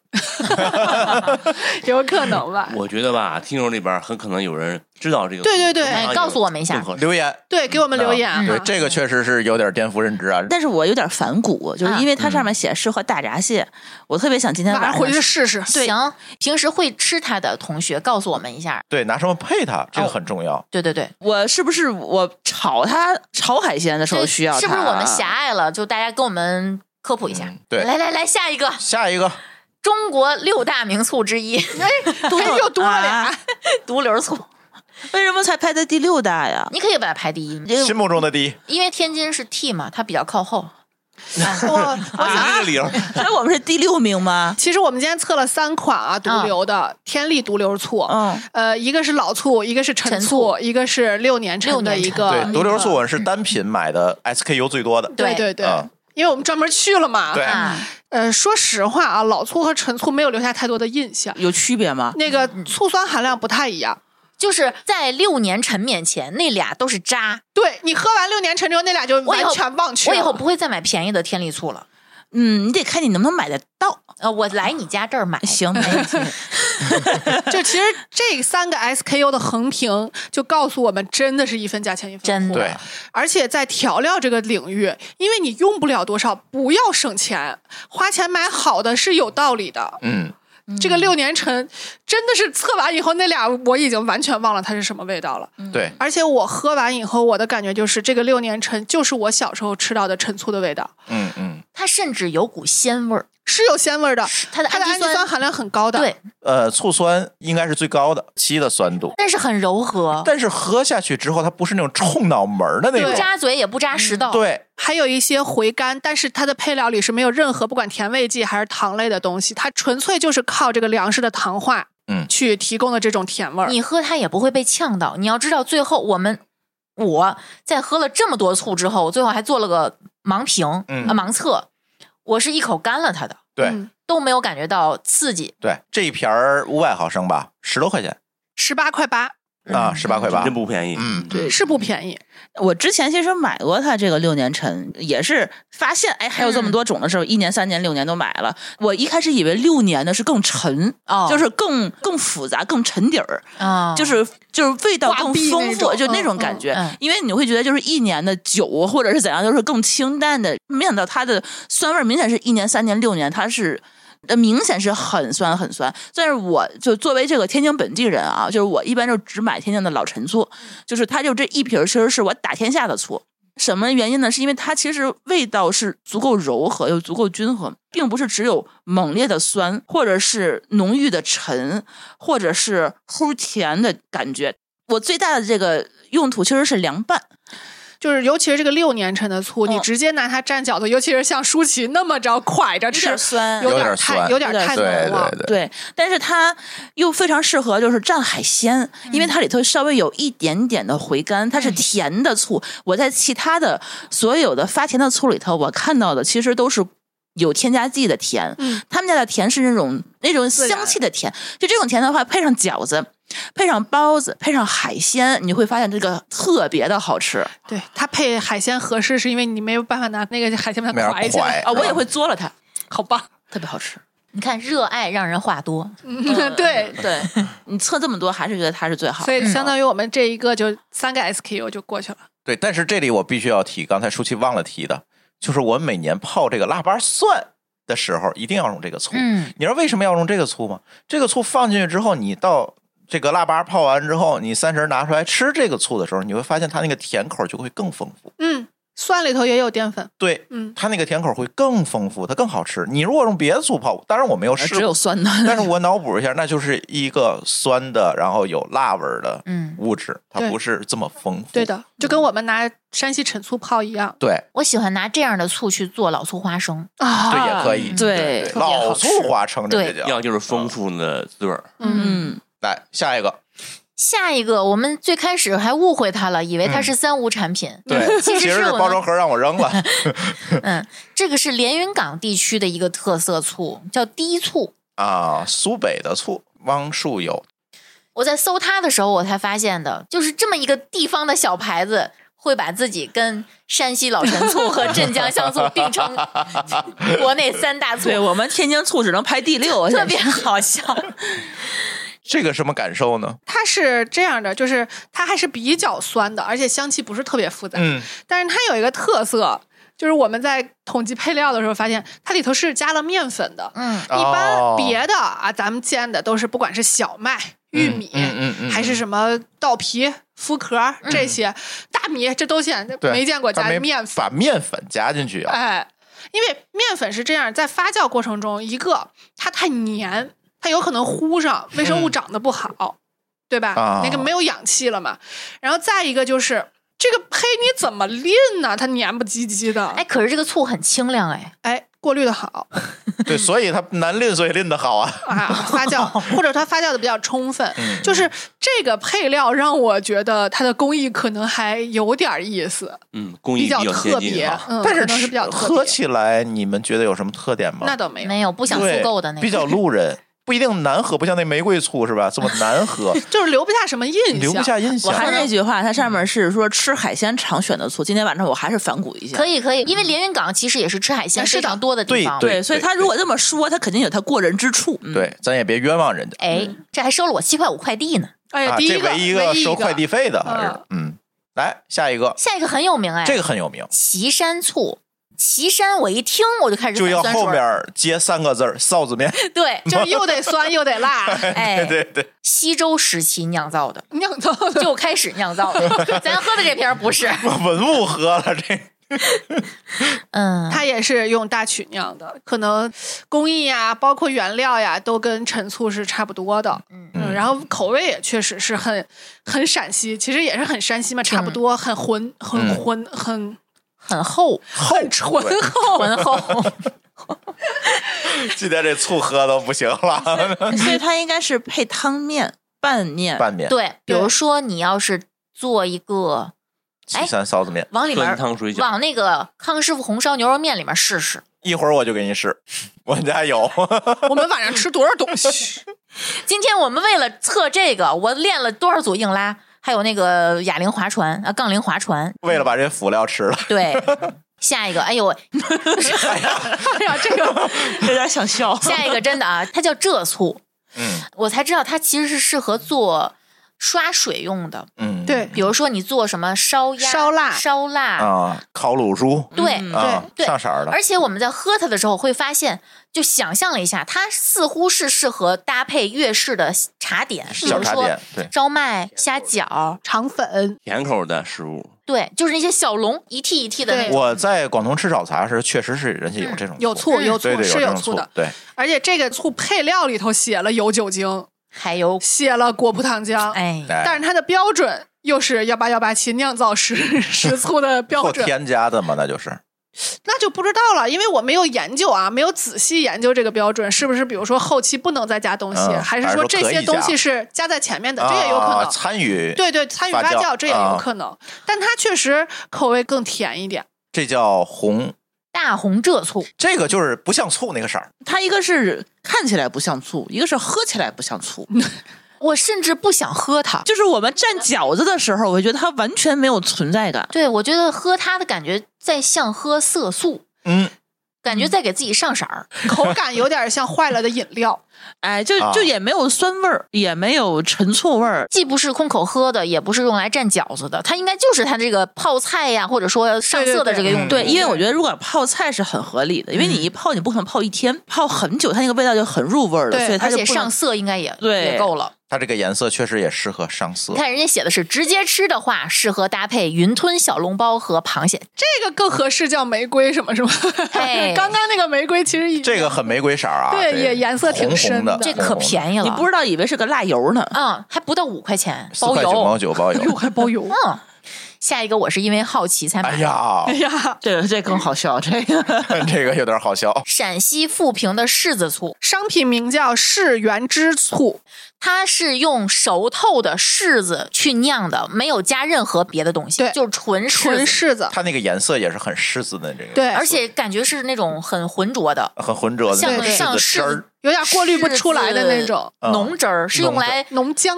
有可能吧？我觉得吧，听众里边很可能有人知道这个。对对对然后哎告诉我们一下更合适留 言，对，给我们留言啊，对这个确实是有点颠覆认知啊。但是我有点反骨，就是因为它上面写适合大闸蟹，我特别想今天晚晚上上回去试试。行，平时会吃它的同学告诉我们一下。对，拿什么配它，这个很重要。对对对，我是不是我炒它炒海鲜的时候需要它？啊是不是我们狭隘了？就大家跟我们科普一下。嗯对来来来，下一个下一个，中国六大名醋之一 多 哎又多了俩，啊独流醋，为什么才排在第六大 呀？你可以把它排第一，因为心目中的第一，因为天津是 T 嘛，它比较靠后。我我想啊，这个理由所以哎我们是第六名吗？其实我们今天测了三款啊，嗯独流的、天利独流醋，嗯，呃，一个是老醋，一个是陈陈醋一个是六年陈的一六个对，，独流醋我是单品买的 SKU 最多的。哦对对对，嗯因为我们专门去了嘛。对啊，呃，说实话啊，老醋和陈醋没有留下太多的印象，有区别吗？那嗯个醋酸含量不太一样。就是在六年陈面前，那俩都是渣。对你喝完六年陈之后，那俩就我以完后全忘却我以了后不会再买便宜的天利醋了。嗯，你得看你能不能买得到。呃，我来你家这儿买。行，没问题。就其实这三个 SKU 的横屏就告诉我们，真的是一分价钱一分货。真的对，而且在调料这个领域，因为你用不了多少，不要省钱，花钱买好的是有道理的。嗯，这个六年陈真的是测完以后，那俩我已经完全忘了它是什么味道了。对，而且我喝完以后，我的感觉就是这个六年陈就是我小时候吃到的陈醋的味道，嗯嗯，它甚至有股鲜味儿，是有鲜味儿的，它的啊它的氨嗯氨基酸含量很高的。对，呃，醋酸应该是最高的，七的酸度，但是很柔和，但是喝下去之后，它不是那种冲脑门儿的那不种。扎嘴也不扎食道。对，还有一些回甘，但是它的配料里是没有任何不管甜味剂还是糖类的东西，它纯粹就是靠这个粮食的糖化，嗯去提供的这种甜味儿。你喝它也不会被呛到。你要知道，最后我们我在喝了这么多醋之后，我最后还做了个盲评，嗯啊盲测，我是一口干了它的，对嗯都没有感觉到刺激。对，这一瓶儿五百毫升吧，十多块钱十八块八啊，十八块八真，不便宜。嗯，对是不便宜， 我之前其实买过它这个六年陈，也是发现哎还有这么多种的时候，一年、三年、六年都买了。我一开始以为六年的是更沉，哦就是更更复杂、更沉底儿，啊，就是就是味道更丰富，挂壁那种就哦那种感觉。嗯嗯嗯因为你会觉得就是一年的酒啊或者是怎样都是更清淡的，没想到它的酸味儿明显是一年、三年、六年，它是。呃，明显是很酸很酸，但是我就作为这个天津本地人啊，就是我一般就只买天津的老陈醋，就是它就这一瓶儿其实是我打天下的醋。什么原因呢？是因为它其实味道是足够柔和又足够均衡，并不是只有猛烈的酸，或者是浓郁的沉，或者是齁甜的感觉。我最大的这个用途其实是凉拌，就是尤其是这个六年陈的醋，嗯你直接拿它蘸饺子，尤其是像舒淇那么着蒯着吃，酸有有点太酸有点有点太对浓了。对对，对，但是它又非常适合就是蘸海鲜，因为它里头稍微有一点点的回甘，它是甜的醋。我在其他的所有的发甜的醋里头，我看到的其实都是。有添加剂的甜，嗯他们家的甜是那种那种自然香气的甜，就这种甜的话，配上饺子，配上包子，配上海鲜，你会发现这个特别的好吃啊！对它配海鲜合适，是因为你没有办法拿那个海鲜把它没法蒯起来蒯，哦我也会嘬了它，好棒。特别好吃。你看，热爱让人话多，嗯对，对，你测这么多，还是觉得它是最好的。嗯所以相当于我们这一个就三个 SKU 就过去了。对，但是这里我必须要提，刚才舒淇忘了提的，就是我每年泡这个腊八蒜的时候，一定要用这个醋。嗯，你知道为什么要用这个醋吗？这个醋放进去之后，你到这个腊八泡完之后，你三十拿出来吃这个醋的时候，你会发现它那个甜口就会更丰富。嗯，蒜里头也有淀粉，对，嗯，它那个甜口会更丰富，它更好吃。你如果用别的醋泡，当然我没有试呃只有过， 酸的。但是我脑补一下，那就是一个酸的，然后有辣味儿的嗯，物质，它对不是这么丰富。对，的，就跟我们拿山西陈醋泡一样对，我喜欢拿这样的醋去做老醋花生。这啊。也可以。嗯对对，特别好老吃醋花称这对就叫。要就是丰富的滋味儿，嗯，嗯，来下一个，下一个，我们最开始还误会它了，以为它是三无产品。对，其实是是我包装们盒让我扔了。嗯，这个是连云港地区的一个特色醋，叫低醋。啊，苏北的醋，汪树有，我在搜它的时候，我才发现的，就是这么一个地方的小牌子，会把自己跟山西老陈醋和镇江香醋并称国内三大醋对，我们天津醋只能排第六，特别好笑。这个什么感受呢？它是这样的，就是它还是比较酸的，而且香气不是特别复杂。嗯，但是它有一个特色，就是我们在统计配料的时候发现，它里头是加了面粉的。嗯，一哦般别的啊，咱们煎的都是不管是小麦、玉米，嗯嗯嗯，还是什么稻皮、麸壳儿这些，大米这都见对没见过加它没面粉，把面粉加进去啊，哎，因为面粉是这样，在发酵过程中，一个它太黏，它有可能糊上，微生物嗯长得不好，对吧？啊那个没有氧气了嘛。然后再一个就是这个胚你怎么拎呢？它黏不唧唧的，哎，可是这个醋很清亮哎，哎，过滤的好嗯对，所以它难拎，所以拎的好啊。啊，发 酵或者它发酵的比较充分，嗯就是这个配料让我觉得它的工艺可能还有点意思，嗯，工艺比较先特进别，啊。嗯， 但可能是吃比较特喝别。起来，你们觉得有什么特点吗？那倒没有，没有不想对复购的那个，比较路人， 不一定难喝，不像那玫瑰醋是吧？这么难喝，就是留不下什么印象，留不下印我象。还是那句话，它上面是说吃海鲜常选的醋，今天晚上我还是反骨一下。可以，以可以，因为连云港其实也是吃海鲜是非的常多的地对方。对对，所以他如果这么说，他肯定有他过人之处。嗯，对，咱也别冤枉人家哎，这还收了我七块五快递呢。哎呀，啊，第一这个唯一个收快递费的，还是啊嗯。来下一个，下一个很有名哎，这个很有名，岐山醋。岐山，我一听我就开始就反要酸后水儿面儿接三个字儿“臊子面对，就是又得酸又得辣， 哎，”。对对，西周时期酿造的，酿造的。就开始酿造的。 咱喝的这瓶儿不是，把文物喝了这。嗯，它也是用大曲酿的，可能工艺呀，包括原料呀，都跟陈醋是差不多的。嗯，然后口味也确实是很很陕西，其实也是很山西嘛，差不多，很浑，很嗯浑，很很厚， 很醇对厚。浑厚。 今天这醋喝都不行了，所以它应该是配汤面、拌 面。嗯拌面、对，比如说你要是做一个岐山臊子面，往里面酸儿汤水饺，往那个康师傅红烧牛肉面里面试试，一会儿我就给你试，我们家有。我们晚上吃多少东西？今天我们为了测这个，我练了多少组硬拉，还有那个哑铃划船啊，杠铃划船。 为了把这辅料吃了，对，下一个，哎呦喂，哎呀，这个 有点想笑。下一个真的啊，它叫浙醋，嗯我才知道它其实是适合做刷水用的，嗯，对比如说你做什么烧鸭、烧腊烧腊，啊，烤卤猪对。嗯啊，对上色儿的，而且我们在喝它的时候会发现，就想象了一下，它似乎是适合搭配粤式的茶点，比小如茶说点，对，烧麦、虾饺，肠粉，甜口的食物，对，就是那些小笼一屉一屉的那对嗯种。我在广东吃早茶时，确实是人家有这种有醋有醋对对，是这有种醋醋的，对，而且这个醋配料里头写了有酒精，还有，写了果葡糖浆，哎，但但是它的标准又是幺八幺八七酿造师 食醋的标后准，嗯添加的嘛，那就是那就不知道了，因为我没有研究啊，没有仔细研究这个标准是不是，比如说后期不能再加东西，嗯还是还是说说这可些以东加西是加在前面的，这也有可能。啊参与，对对，参与发发酵酵这也有啊可能，但它确实口味更甜一点。这叫红，大红浙醋，这个就是不像醋那个色儿，它一个是看起来不像醋，一个是喝起来不像醋。我甚至不想喝它。就是我们蘸饺子的时候，我觉得它完全没有存在感。对，我觉得喝它的感觉在像喝色素，嗯，感觉在给自己上色儿。口感有点像坏了的饮料，哎，就啊就也没有酸味儿，也没有陈醋味儿。既不是空口喝的，也不是用来蘸饺子的，它应该就是它这个泡菜呀，或者说上色的这个用途。对，因为我觉得如果泡菜是很合理的，因为你一泡你不可能泡一天，泡很久，它那个味道就很入味儿了，对所以它而就且不能上色应该也对也够了。它这个颜色确实也适合上色你。看人家写的是直接吃的话，适合搭配云吞小笼包和螃蟹。这个更合适叫玫瑰什么什么嘿。刚刚那个玫瑰其实已这个很玫瑰色儿啊，对这也颜色挺深红红的，的这可便宜了，你不知道以为是个辣油呢。嗯，还不到五块钱，四包块九毛邮。九包邮。还包邮。嗯，下一个我是因为好奇才买哎的。呀哎，呀，这个这更好笑，这个 这个有点好笑。陕西富平的柿子醋，商品名叫世原之醋，它是用熟透的柿子去酿的，没有加任何别的东西，对就是纯柿纯子，柿子。它那个颜色也是很柿子的，这个对，而且感觉是那种很浑浊的，很浑浊的像那个像柿子汁柿儿子。有点过滤不出来的那种柿子嗯浓汁儿，是用浓汁来浓浆。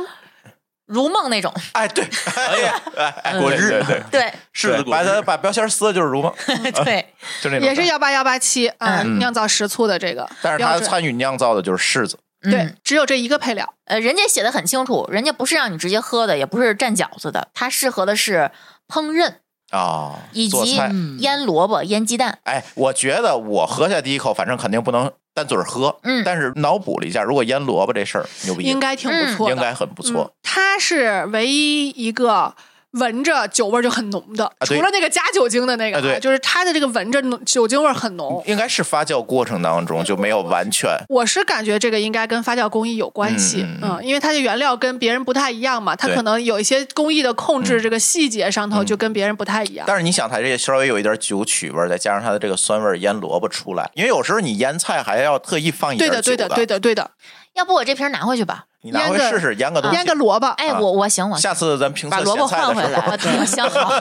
如梦那种。哎，对，哎呀，哎果汁，对对对对嗯柿对子果把它汁，把标签撕了就是如梦， 对，就那种。也是，幺八幺八七啊，嗯酿造食醋的这个但是标它准，参与酿造的就是柿子。对嗯，只有这一个配料，呃，人家写的很清楚，人家不是让你直接喝的，也不是蘸饺子的，它适合的是烹饪啊，以做及菜嗯腌萝卜、腌鸡蛋。哎，我觉得我喝下第一口，反正肯定不能单嘴儿喝，嗯但是脑补了一下，如果腌萝卜这事儿牛逼，应该嗯挺嗯不错嗯的，应该很不不错。它是唯一一个。闻着酒味儿就很浓的，啊对除了那个加酒精的那个，啊对就是它的这个闻着浓酒精味儿很浓。应该是发酵过程当中就没有完全我是感觉这个应该跟发酵工艺有关系，嗯嗯，嗯因为它的原料跟别人不太一样嘛，它对可能有一些工艺的控制，嗯这个细节上头就跟别人不太一样。但是你想，它这稍微有一点酒曲味儿，再加上它的这个酸味儿，腌萝卜出来。因为有时候你腌菜还要特意放一对点的，酒对的，对的，的，对的。要不我这瓶拿回去吧？你拿回腌个试试腌个东西腌。个萝卜，哎，啊我我行，我行，啊下次咱评测把萝卜咸菜的换时回候，来，我 想好。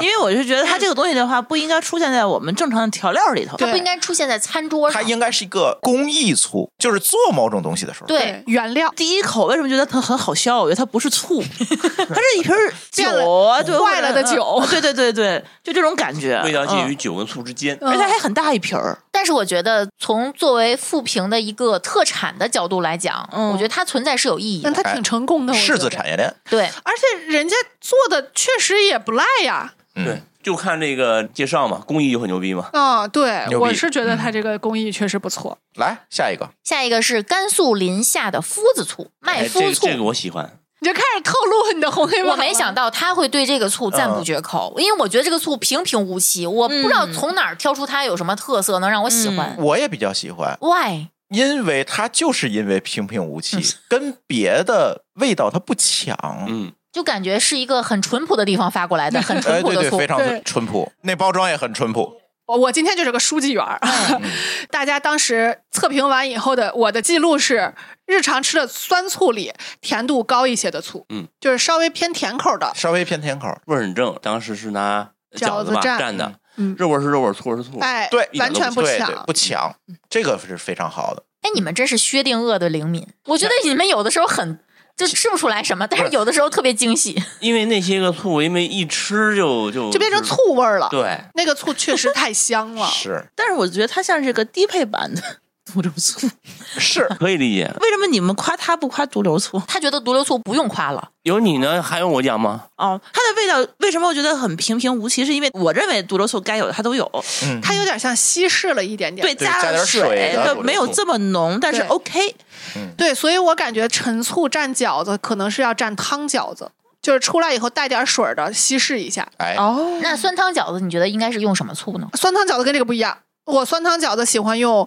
因为我就觉得它这个东西的话，不应该出现在我们正常的调料里头。对它不应该出现在餐桌它上。应该是一个工艺醋，就是做某种东西的时候。对，原料第一口为什么觉得它很好笑？我觉得它不是醋，它是一瓶儿变了酒啊，对，坏了的酒或者嗯对对对对，就这种感觉， 味道介于嗯，酒跟醋之间。而且还很大一瓶儿，但是我觉得，从作为富平的一个特产的角度来讲，嗯我觉得它存在是有意义但的。它挺成功的，我觉柿得子产业链，对，而且人家做的确实也不赖呀。嗯对，就看这个介绍嘛，工艺就很牛逼嘛。啊、对牛，逼我是觉得嗯它这个工艺确实不错。来下一个，下一个是甘肃临夏的夫子醋，麦哎，麸这个醋。这个我喜欢，你就开始透露你的红黑榜了我没想，到他会对这个醋赞不绝口，因为我觉得这个醋平平无奇，我不知道从哪儿挑出它有什么特色能让我喜欢。我也比较喜欢， Why？因为它就是因为平平无嗯奇，跟别的味道它不抢。嗯，就感觉是一个很淳朴的地方发过来的，很 哎，淳朴对的对，醋。非常对淳朴，那包装也很淳朴。我我今天就是个书记员儿。嗯 嗯大家当时测评完以后的我的记录是，日常吃的酸醋里甜度高一些的醋，嗯，就是稍微偏甜口的，稍微偏甜口。味儿很正。当时是拿饺饺子子吧蘸蘸的，嗯肉味儿是肉味儿，醋味儿是醋。哎，对一点完都全不不对对抢，。不抢，这个是非常好的。，哎，你们真是薛定谔的灵敏，我觉得你们有的时候很就吃不出来什么，但是有的时候特别精细。因为那些个醋，因为一吃就就就变成。醋味儿了。对，那个醋确实太香了 是但是我觉得它像是个低配版的 毒瘤醋。是，可以理解。为什么你们夸它不夸毒瘤醋？他觉得毒瘤醋不用夸了，有你呢，还用我讲吗？哦，它的味道为什么我觉得很平平无奇？是因为我认为毒瘤醋该有的它都有，嗯，它有点像稀释了一点点。对，对加加了点水的就毒瘤没有醋这么浓，但是对 OK，对，所以我感觉陈醋蘸饺子可能是要蘸汤饺子，就是出来以后带点水儿的稀释一下。哎，哦，那酸汤饺子你觉得应该是用什么醋呢？酸汤饺子跟这个不一样，我酸汤饺子喜欢用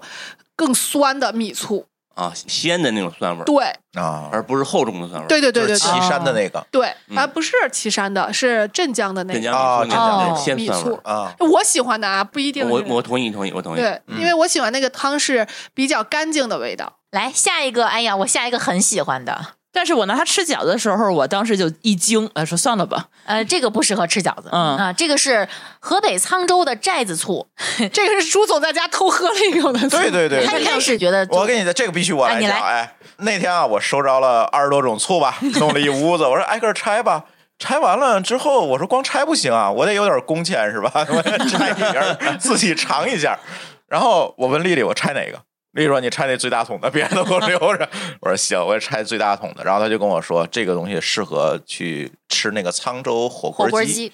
更酸的米醋，啊，鲜的那种酸味儿，对，啊，而不是厚重的酸味儿。对对对就是对岐对山的那个对，嗯啊，不是岐山的，是镇江的那镇个。江米醋那种哦鲜酸味儿。啊，我喜欢的啊，不一定是。我我同意，同意，我同意。对，因为我喜欢那个汤是比较干净的味道，来下一个，哎呀，我下一个很喜欢的，但是我拿它吃饺子的时候，我当时就一惊，哎，说算了吧，呃，这个不适合吃饺子，嗯啊，这个是河北沧州的寨子醋，这个是朱总在家偷喝了一口的醋。对对对，他一这开个始觉得就我给你的这个必须我哎来你讲，来哎，那天啊，我收着了二十多种醋吧，弄了一屋子，我说挨个拆吧。拆完了之后，我说光拆不行啊，我得有点工钱是吧？ 我拆一瓶儿自己尝一下。然后我问丽丽，我拆哪个？丽丽说你拆那最大桶的，别人都给我留着。我说行，我也拆最大桶的。然后她就跟我说，这个东西适合去吃那个沧州火火锅锅鸡，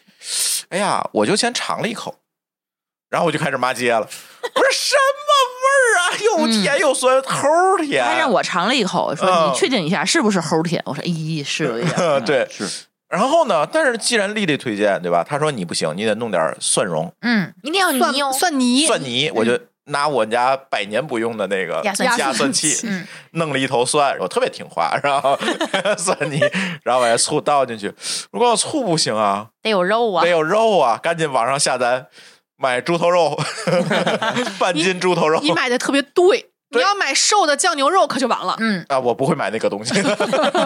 哎呀，我就先尝了一口，然后我就开始骂街了。我说什么味儿啊？又甜又酸，齁甜。他让我尝了一口，说啊嗯。你确定一下是不是齁甜？我说咦，是有一点 嗯嗯对，是然后呢？但是既然丽丽推荐，对吧？她说你不行，你得弄点蒜蓉、嗯，一定要蒜泥哦，蒜泥，蒜泥，我就拿我们家百年不用的那个压蒜器压蒜器，嗯， 弄了一头蒜，我特别听话，然后 蒜泥，然后把这醋倒进去。如果醋不行啊，得有肉啊得。有肉啊，赶紧网上下单买猪头肉， 半斤猪头肉。你买的特别对。你对要买瘦的酱牛肉可就完了，嗯，啊，我不会买那个东西。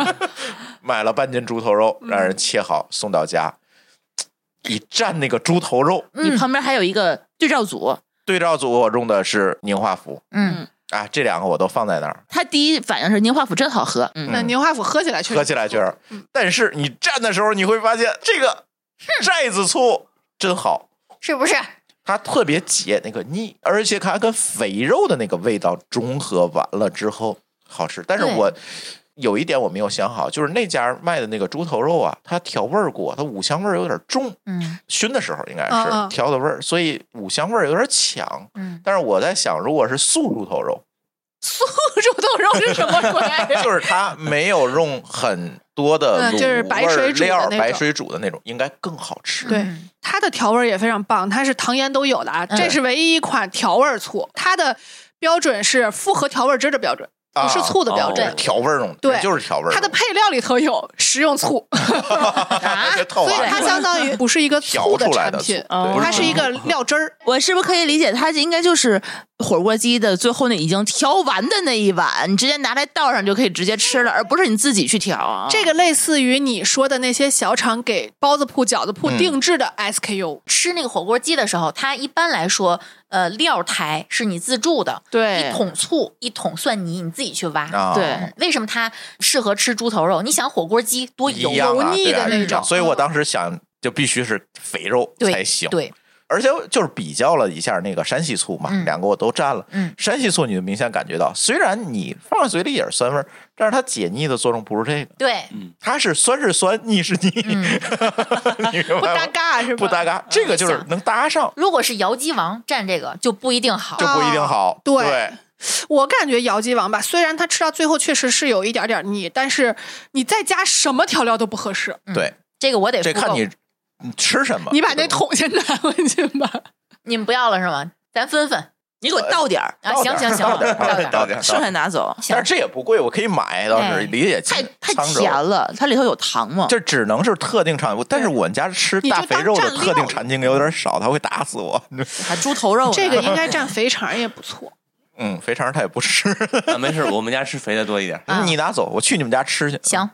买了半斤猪头肉，让人切好送到家，一蘸那个猪头肉。你嗯旁边还有一个对照组，对照组我用的是宁化府嗯，啊，这两个我都放在那儿，他第一反应是宁化府真好喝，嗯，那嗯宁化府喝起来确实喝起来不确错实。但是你蘸的时候，你会发现这个寨子醋真好，是不是？它特别解那个腻，而且它跟肥肉的那个味道中和完了之后好吃。但是对我有一点我没有想好，就是那家卖的那个猪头肉啊，它调味儿过，它五香味儿有点重，嗯熏的时候应该嗯是嗯调的味儿，所以五香味儿有点强。嗯，但是我在想，如果是素猪头肉， 肉豆肉是什么鬼？啊就是它没有用很多的嗯就是卤白水味儿煮的料、那白种水煮的那种，应该更好吃。对嗯它的调味儿也非常棒，它是糖盐都有的啊，嗯这是唯一一款调味儿醋，它的标准是复合调味儿汁的标准，啊不是醋的标哦准。对调味儿用的，对就是调味儿用。它的配料里头有食用醋， 啊这套所以娃它是相 当于不是一个哦调醋出来产的醋品，，哦对它是一个料汁儿。我是不是可以理解，它应该就是火锅鸡的最后那已经调完的那一碗，你直接拿来倒上就可以直接吃了，而不是你自己去调啊。这个类似于你说的那些小厂给包子铺、饺子铺嗯定制的 SKU， 吃那个火锅鸡的时候，它一般来说，呃，料台是你自助的，对一桶醋，一桶蒜泥，你自己去挖。嗯啊，对为什么它适合吃猪头肉？你想火锅鸡多一油样啊油腻对的啊那一样种，嗯所以我当时想，就必须是肥肉对才行。，对，而且就是比较了一下那个山西醋嘛，嗯两个我都蘸了。嗯山西醋你就明显感觉到，虽然你放在嘴里也是酸味儿，但是它解腻的作用不是这个，对，嗯它是酸是酸，腻是腻，嗯。你明 不白搭吗？嘎是吧？不搭嘎，这个嗯就是能搭上，如果是姚鸡王蘸这个就不一定好就，不一定好。对对，我感觉姚记王吧，虽然它吃到最后确实是有一点点腻，但是你再加什么调料都不合啊适。这个我嗯得这复看购你你吃什么。你把那桶先拿回去吧。 你们不要了是吗？咱分分你给我倒点儿，啊，倒行点儿行行，倒点儿倒倒点点儿儿，剩下拿走，行但是这也不贵，我可以买，倒哎是理解太清太沧州甜了，它里头有糖嘛。嗯这只能是特定产物，但是我们家吃大肥肉的特定产品有点少，他会打死我。 还猪头肉呢，这个应该蘸肥肠也不错。嗯，肥肠他也不吃，啊，没事，我们家吃肥的多一点。啊 你拿走，我去你们家吃去。行，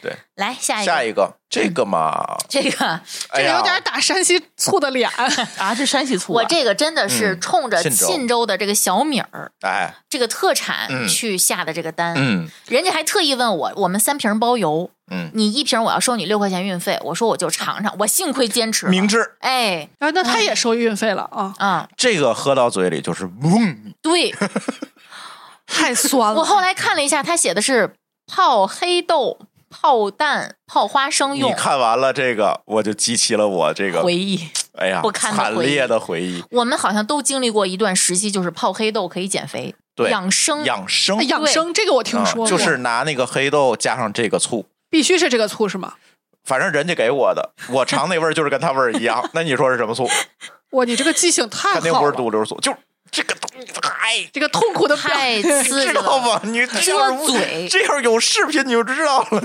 对，来下一下个，嗯一个这个嘛，这个哎这呀有点打山西醋的 脸，啊，这山西醋啊，我这个真的是嗯冲着沁州沁州的这个小米儿哎，这个特产嗯去下的这个单，嗯人家还特意问我，我们三瓶包邮，嗯，你一瓶我要收你六块钱运费，我说我就尝尝，我幸亏坚持了，明智，哎啊，那他也收运费了啊，啊、这个喝到嘴里就是嗡， 对太酸我了。后来看了一下，他写的是泡黑豆、泡蛋、泡花生你用。看完了这个，我就激起了我这个回忆，哎呀不堪的嗯惨烈的回忆，我们好像都经历过一段时期，就是泡黑豆可以减肥、对，养生。养生哎。养生这个我听啊说过，就是拿那个黑豆加上这个醋，必须是这个醋是吗？反正人家给我的，我尝那味儿就是跟它味儿一样。 那你说是什么醋？哇，你这个记性太肯定不好是了，毒瘤醋，就是这个东西，哎，这个痛苦的表 太刺知激道了，吗？你这要遮嘴是这要是有视频你就知道 了。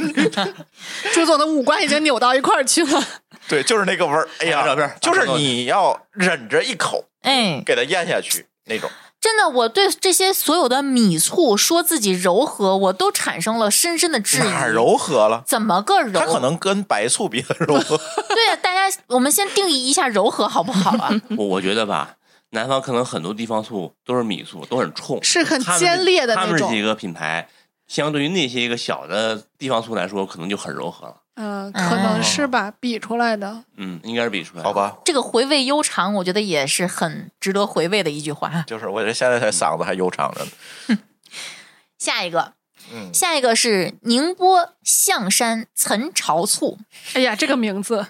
朱总的五官已经扭到一块儿去了。对，就是那个味儿。哎呀，拍照片就是你要忍着一口哎，给它咽下去那种。真的，我对这些所有的米醋说自己柔和，我都产生了深深的质哪儿疑。柔和了？怎么个柔？它可能跟白醋比的柔 和。对啊，大家，我们先定义一下柔和好不好 啊？嗯我我觉得吧，南方可能很多地方醋都是米醋，都很冲，是很他们尖裂的那他们这种几个品牌，相对于那些一个小的地方醋来说，可能就很柔和了。嗯，可能是吧，比出来的。嗯，应该是比出来的好，吧，这个回味悠长，我觉得也是很值得回味的一句话。啊就是我这现在才嗓子还悠长着呢。下一个，嗯，下一个是宁波象山岑巢醋，哎呀，这个名字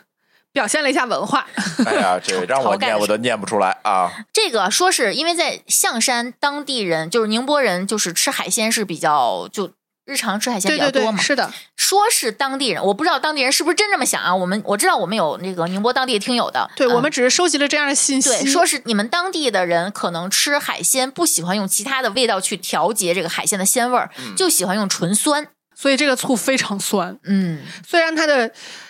表现了一下文化。 哎呀，这让我念我都念不出来啊！这个说是因为在象山当地人，就是宁波人，就是吃海鲜是比较就日常吃海鲜对比较对多对，嘛。是的，说是当地人，我不知道当地人是不是真这么想啊。我们我知道我们有那个宁波当地的听友的，对、嗯我们只是收集了这样的信息。对，说是你们当地的人可能吃海鲜不喜欢用其他的味道去调节这个海鲜的鲜味儿，就喜欢用纯酸。所以这个醋非常酸，嗯，虽然它的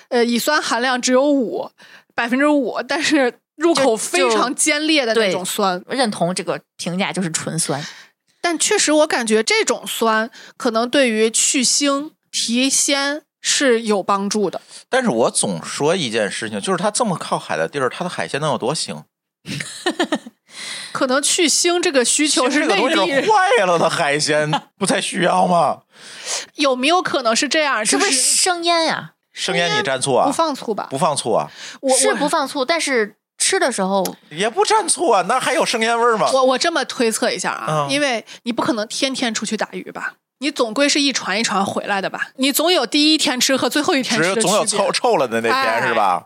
呃乙酸含量只有五百分之五，但是入口非常尖裂的那种酸。认同这个评价就是纯酸。但确实，我感觉这种酸可能对于去腥提鲜是有帮助的。但是我总说一件事情，就是它这么靠海的地儿，它的海鲜能有多腥？可能去腥这个需求这是个内东西地人，坏了的海鲜不才需要吗？有没有可能是这样？是就不是是生腌啊？生腌你蘸醋啊？不放醋吧？不放醋啊？我我是不放醋，但是吃的时候，也不蘸醋啊？那还有生腌味儿吗？我我这么推测一下啊，嗯因为你不可能天天出去打鱼吧，你总归是一船一船回来的吧，你总有第一天吃和最后一天只吃有的总有区别臭臭了的那天哎是吧？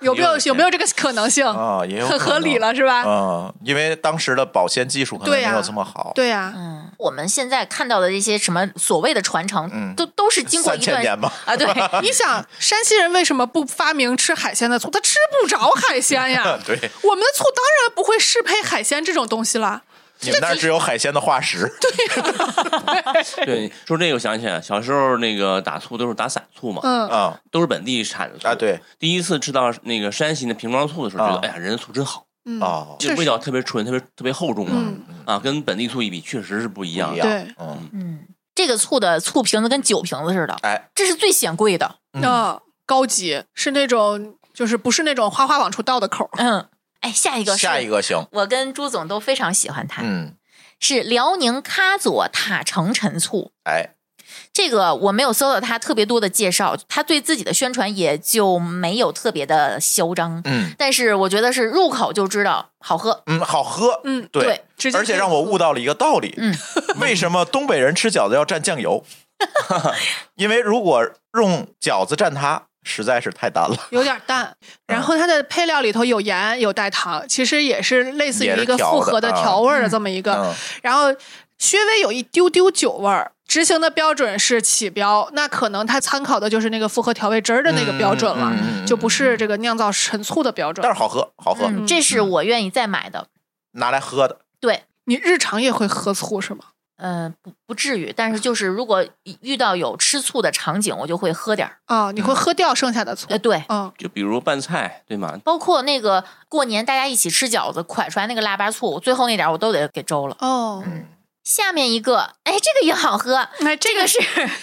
有没有也有有没有这个可能性？啊，也有很合理了是吧？嗯，因为当时的保鲜技术可能哎对没呀有这么好。对呀、嗯，我们现在看到的这些什么所谓的传承，嗯都都是经过三一千段年吧，。啊，对，你想山西人为什么不发明吃海鲜的醋？他吃不着海鲜呀 对，我们的醋当然不会适配海鲜这种东西了。你们那儿只有海鲜的化石。 对，说这个我想起来，小时候那个打醋都是打散醋嘛，嗯，嗯都是本地产的醋啊，。对第一次吃到那个山西的瓶装醋的时候，觉得啊哎呀，人家醋真好，嗯哦，这确味实，道特别纯，特别特别厚重啊嗯，啊，跟本地醋一比，确实是不一样不一的。样对，嗯，嗯，这个醋的醋瓶子跟酒瓶子似的，哎，这是最显贵的。嗯嗯，高级是那种就是不是那种哗哗往出倒的口儿。嗯，哎，下一个是下一个行，我跟朱总都非常喜欢它，嗯，是辽宁喀左塔城陈醋。哎，这个我没有搜到它特别多的介绍，它对自己的宣传也就没有特别的嚣张，嗯但是我觉得是入口就知道好喝。嗯，好喝，嗯，对对，直接而且让我悟到了一个道理，嗯， 为什么东北人吃饺子要蘸酱油？ 因为如果用饺子蘸它，实在是太淡了，有点嗯淡，然后它的配料里头有盐有带糖，其实也是类似于也是一个调复合的的啊调味儿的这么一个，嗯，然后稍微有一丢丢酒味儿。执行的标准是起标，那可能它参考的就是那个复合调味汁儿的那个标准了，嗯嗯嗯嗯嗯就不是这个酿造陈醋的标准但。是好喝，好喝，嗯，这是我愿意再买的。拿来喝的，对，你日常也会喝醋是吗？呃，不不至于，但是就是如果遇到有吃醋的场景，我就会喝点儿。嗯啊、你会喝掉剩下的醋？呃，对，嗯，就比如拌菜，对吗？包括那个过年大家一起吃饺子，蒯出来那个腊八醋，我最后那点儿我都得给周了。哦，嗯下面一个，哎，这个也好喝，那这 个是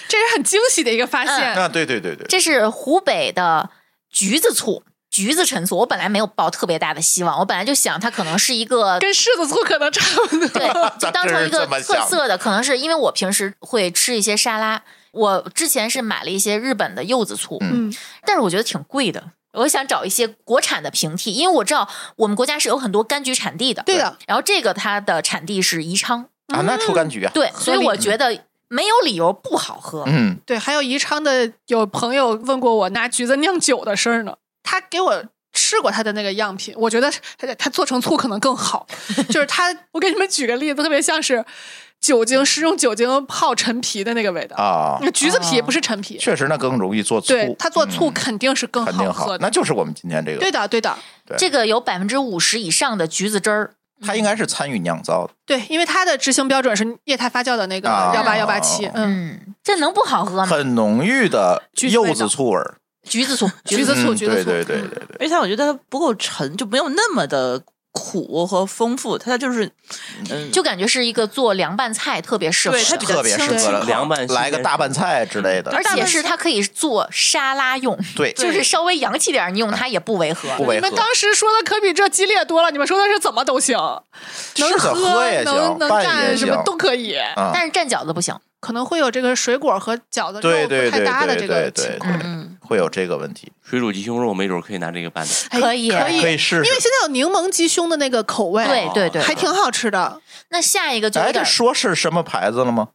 这是很惊喜的一个发现。啊，对对对对，这是湖北的橘子醋。橘子陈醋，我本来没有抱特别大的希望，我本来就想它可能是一 个跟柿子醋可能差不多。对，就当成一个特咱真是这色的，可能是因为我平时会吃一些沙拉，我之前是买了一些日本的柚子醋，嗯嗯但是我觉得挺贵的。我想找一些国产的平替，因为我知道我们国家是有很多柑橘产地的。对的，然后这个它的产地是宜昌，嗯啊，那臭柑橘啊，对，所以理我觉得没有理由不好喝。嗯，对，还有宜昌的有朋友问过我拿橘子酿酒的事儿呢，他给我吃过他的那个样品，我觉得他他做成醋可能更好，就 是他，我给你们举个例子，特别像是酒精是用酒精泡陈皮的那个味道，啊那，橘子皮不是陈皮，确实那更容易做醋，嗯对他做醋嗯肯定是更肯定喝好，的，那就是我们今天这对个，的对的对这个有百分之五十以上的橘子汁儿，它应该是参与酿造的，对，因为它的执行标准是液态发酵的那个啊幺八幺八七，哦嗯，嗯，这能不好喝吗？很浓郁的橘子味柚子道醋味儿，橘 子醋，橘子醋嗯橘子醋对对对对对，而且它我觉得它不够沉，就没有那么的苦和丰富，它就是嗯，就感觉是一个做凉拌菜特别适合对它的比较特别适合清了口凉拌来个大拌菜之类的，而且是它可以做沙拉用，对，就是稍微洋气点儿，嗯你用它也不违和。不违你和们，当时说的可比这激烈多了，你们说的是怎么都行，能是的喝也能行能拌蘸也什么行都可以。啊但是蘸饺子不行，可能会有这个水果和饺子对肉对不太对搭的对这个对对情对况。，嗯，会有这个问题，水煮鸡胸肉没准可以拿这个拌的。哎可以可可以试哎因试。为现在有柠檬鸡胸的那个口味，对对对，还挺好 吃的。那下一个就有哎，点这儿说是什么牌子了吗？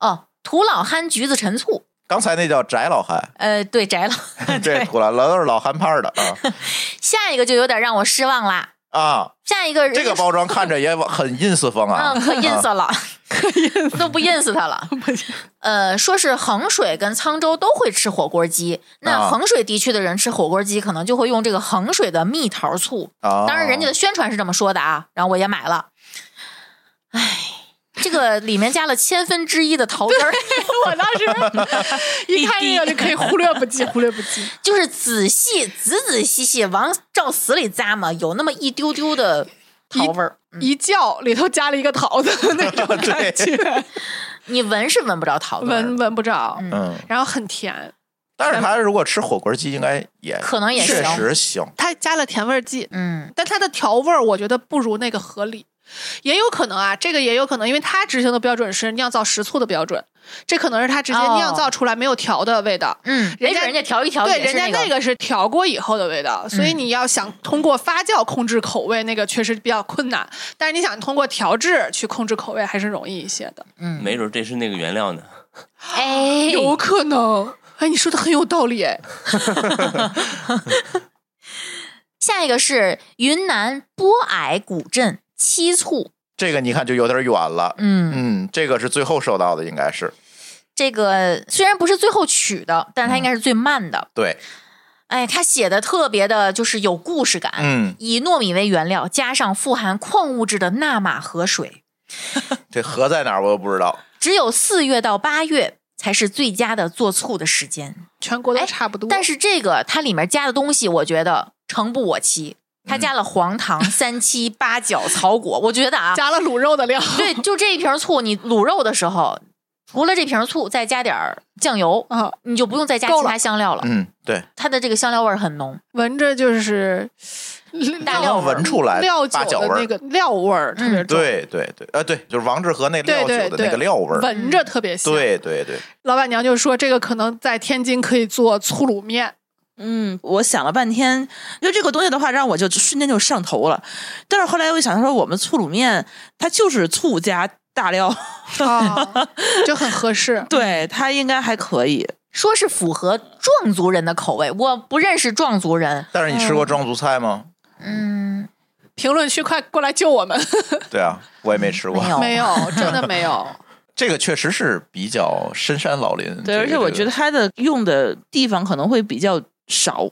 哦，土老憨橘子陈醋，刚才那叫翟老韩，呃，对，宅了。 这土老都是老韩派儿的下一个就有点让我失望啦。啊 啊！下一个人这个包装看着也很 ins 风啊，嗯，可啊 ins 了， 都不 ins 它了。呃，说是衡水跟沧州都会吃火锅鸡，那啊衡水地区的人吃火锅鸡可能就会用这个衡水的蜜桃醋，啊！当然人家的宣传是这么说的啊，然后我也买了。唉，这个里面加了千分之一的桃汁儿，我当时 一看这个就可以忽略不计，忽略不 计。就是仔细仔仔细细往照死里咂嘛，有那么一丢丢的桃味儿。一叫里头加了一个桃子那 种感觉， 你闻是闻不着桃子味儿闻闻不着，嗯，然后很甜，但是他如果吃火锅鸡，应该也可能也确行实行。它加了甜味儿剂，嗯，但它的调味儿我觉得不如那个合理。也有可能啊，这个也有可能，因为它执行的标准是酿造食醋的标准，这可能是它直接哦酿造出来没有调的味道。嗯，没人家准人家调一调对，也人是家那那个。嗯个是调过以后的味道，所以你要想通过发酵控制口味，那个确实比较困难。但是你想通过调制去控制口味，还是容易一些的。嗯，没准这是那个原料呢。哎，有可能，哎，你说的很有道理，哎，下一个是云南波矮古镇七醋，这个你看就有点远了。嗯，嗯，这个是最后收到的，应该是这个虽然不是最后取的，但它应该是最慢的。对。哎，它写的特别的，就是有故事感。嗯，以糯米为原料，加上富含矿物质的纳玛河水，这河在哪儿我也不知道。只有四月到八月才是最佳的做醋的时间。全国都哎差不多。但是这个它里面加的东西，我觉得诚不我欺。它加了黄糖、三七、八角、草 果，我觉得啊，加了卤肉 的料，对，就这一瓶醋，你卤肉的时候，除了这瓶醋，再加点儿酱油，啊，你就不用再加够其了他香料嗯了。嗯，对，它的这个香料味儿很浓，闻着就是大能料味儿嗯闻出来料酒八角的味儿那。个料味儿特别重，对对对，啊对，就是王致和那对料对酒的那个对料味儿。闻着特别香。，对对对，老板娘就说这个可能在天津可以做粗卤 面，嗯，我想了半天，就这个东西的话，让我就瞬间就上头了。但是后来我一想说，我们醋卤面它就是醋加大料， 啊，就很合适。对它应该还可以。说是符合壮族人的口味。我不认识壮族人，但是你吃过壮族菜吗？嗯，评论区快过来救我们！对啊，我也没吃过嗯没。有没有，真的没有。这个确实是比较深山老林。对，这而个且我这个觉得它的用的地方可能会比较少，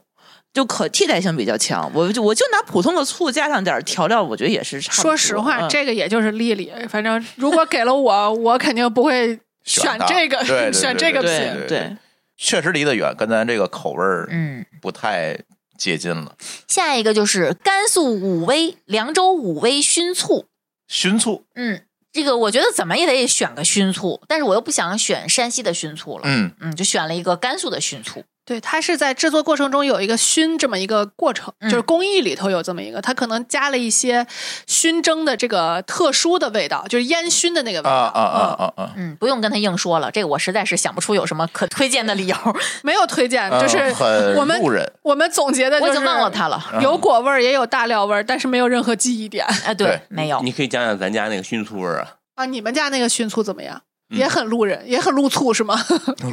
就可替代性比较强。我就我就拿普通的醋加上点儿调料，我觉得也是差不多。说实话，嗯这个也就是丽丽，反正如果给了我，我肯定不会选它这个，对对对 选这个对品。对对对，确实离得远，跟咱这个口味儿嗯。不太接近了。下一个就是甘肃武威、凉州武威熏醋，熏醋，嗯，这个我觉得怎么也得选个熏醋，但是我又不想选山西的熏醋了，嗯，嗯，就选了一个甘肃的熏醋。对，它是在制作过程中有一个熏这么一个过程，嗯就是工艺里头有这么一个，它可能加了一些熏蒸的这个特殊的味道，就是烟熏的那个味啊道。啊啊嗯啊啊，嗯，不用跟他硬说了，这个我实在是想不出有什么可推荐的理由，没有推荐，嗯就是很我们路人。我们总结的就我是已经忘了它了。有果味儿也有大料味儿，但是没有任何记忆点啊，对，对没有你，可以讲讲咱家那个熏醋味儿啊，啊。你们家那个熏醋怎么样？也很路人，也很露醋是吗？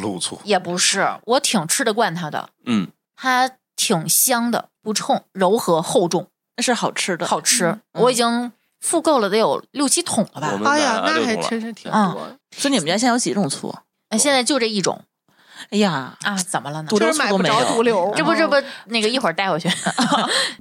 露醋，也不是，我挺吃得惯它的，嗯，它挺香的，不冲，柔和厚重，那是好吃的，好吃。嗯我已经复购了得有六七桶了我吧？们哎买呀，了那六还桶了真是挺嗯多的，所以你们家现在有几种醋？啊哎现在就这一种哎呀，啊，怎么了呢独？就流是醋买都不没着有毒瘤。这不嗯这不那个一会儿带回去，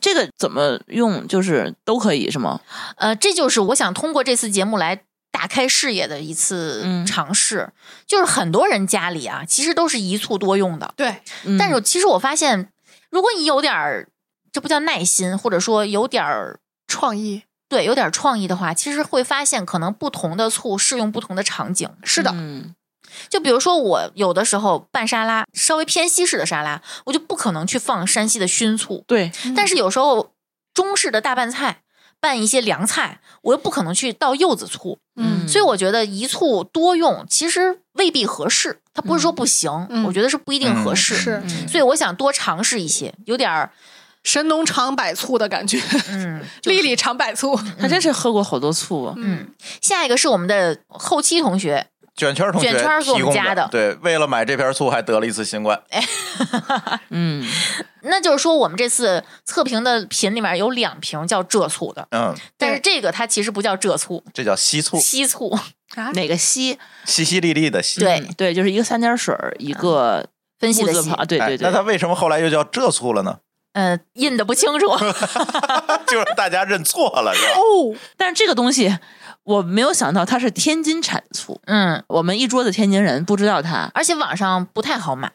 这个怎么用？就是都可以是吗？呃，这就是我想通过这次节目来打开视野的一次嗯尝试。就是很多人家里啊，其实都是一醋多用的，对，嗯但是其实我发现，如果你有点儿，这不叫耐心，或者说有点儿创意对，有点儿创意的话，其实会发现可能不同的醋适用不同的场景。是的，嗯就比如说我有的时候拌沙拉，稍微偏西式的沙拉，我就不可能去放山西的熏醋，对，但是有时候中式的大拌菜。拌一些凉菜，我又不可能去倒柚子醋，嗯所以我觉得一醋多用其实未必合适。它不是说不行，嗯我觉得是不一定合嗯适。是嗯所以我想多尝试一些，有点儿神农尝百醋的感觉， 嗯，丽丽嗯尝百醋，他真是喝过好多醋啊。嗯，下一个是我们的后期同学卷圈同学卷圈给我提供们加的对，为了买这瓶醋还得了一次新冠。嗯，那就是说，我们这次测评的品里面有两瓶叫浙醋的，嗯，但是这个它其实不叫浙醋，这叫西醋，西醋，啊，哪个西？淅淅沥沥的哎西。对，对，就是一个三点水儿，一个分析木的嗯字析旁，，啊对哎对对。那它为什么后来又叫这醋了呢？ 嗯、印的不清楚，就是大家认错了，是吧？哦，但是这个东西我没有想到它是天津产的醋，嗯，我们一桌子天津人不知道它，而且网上不太好买，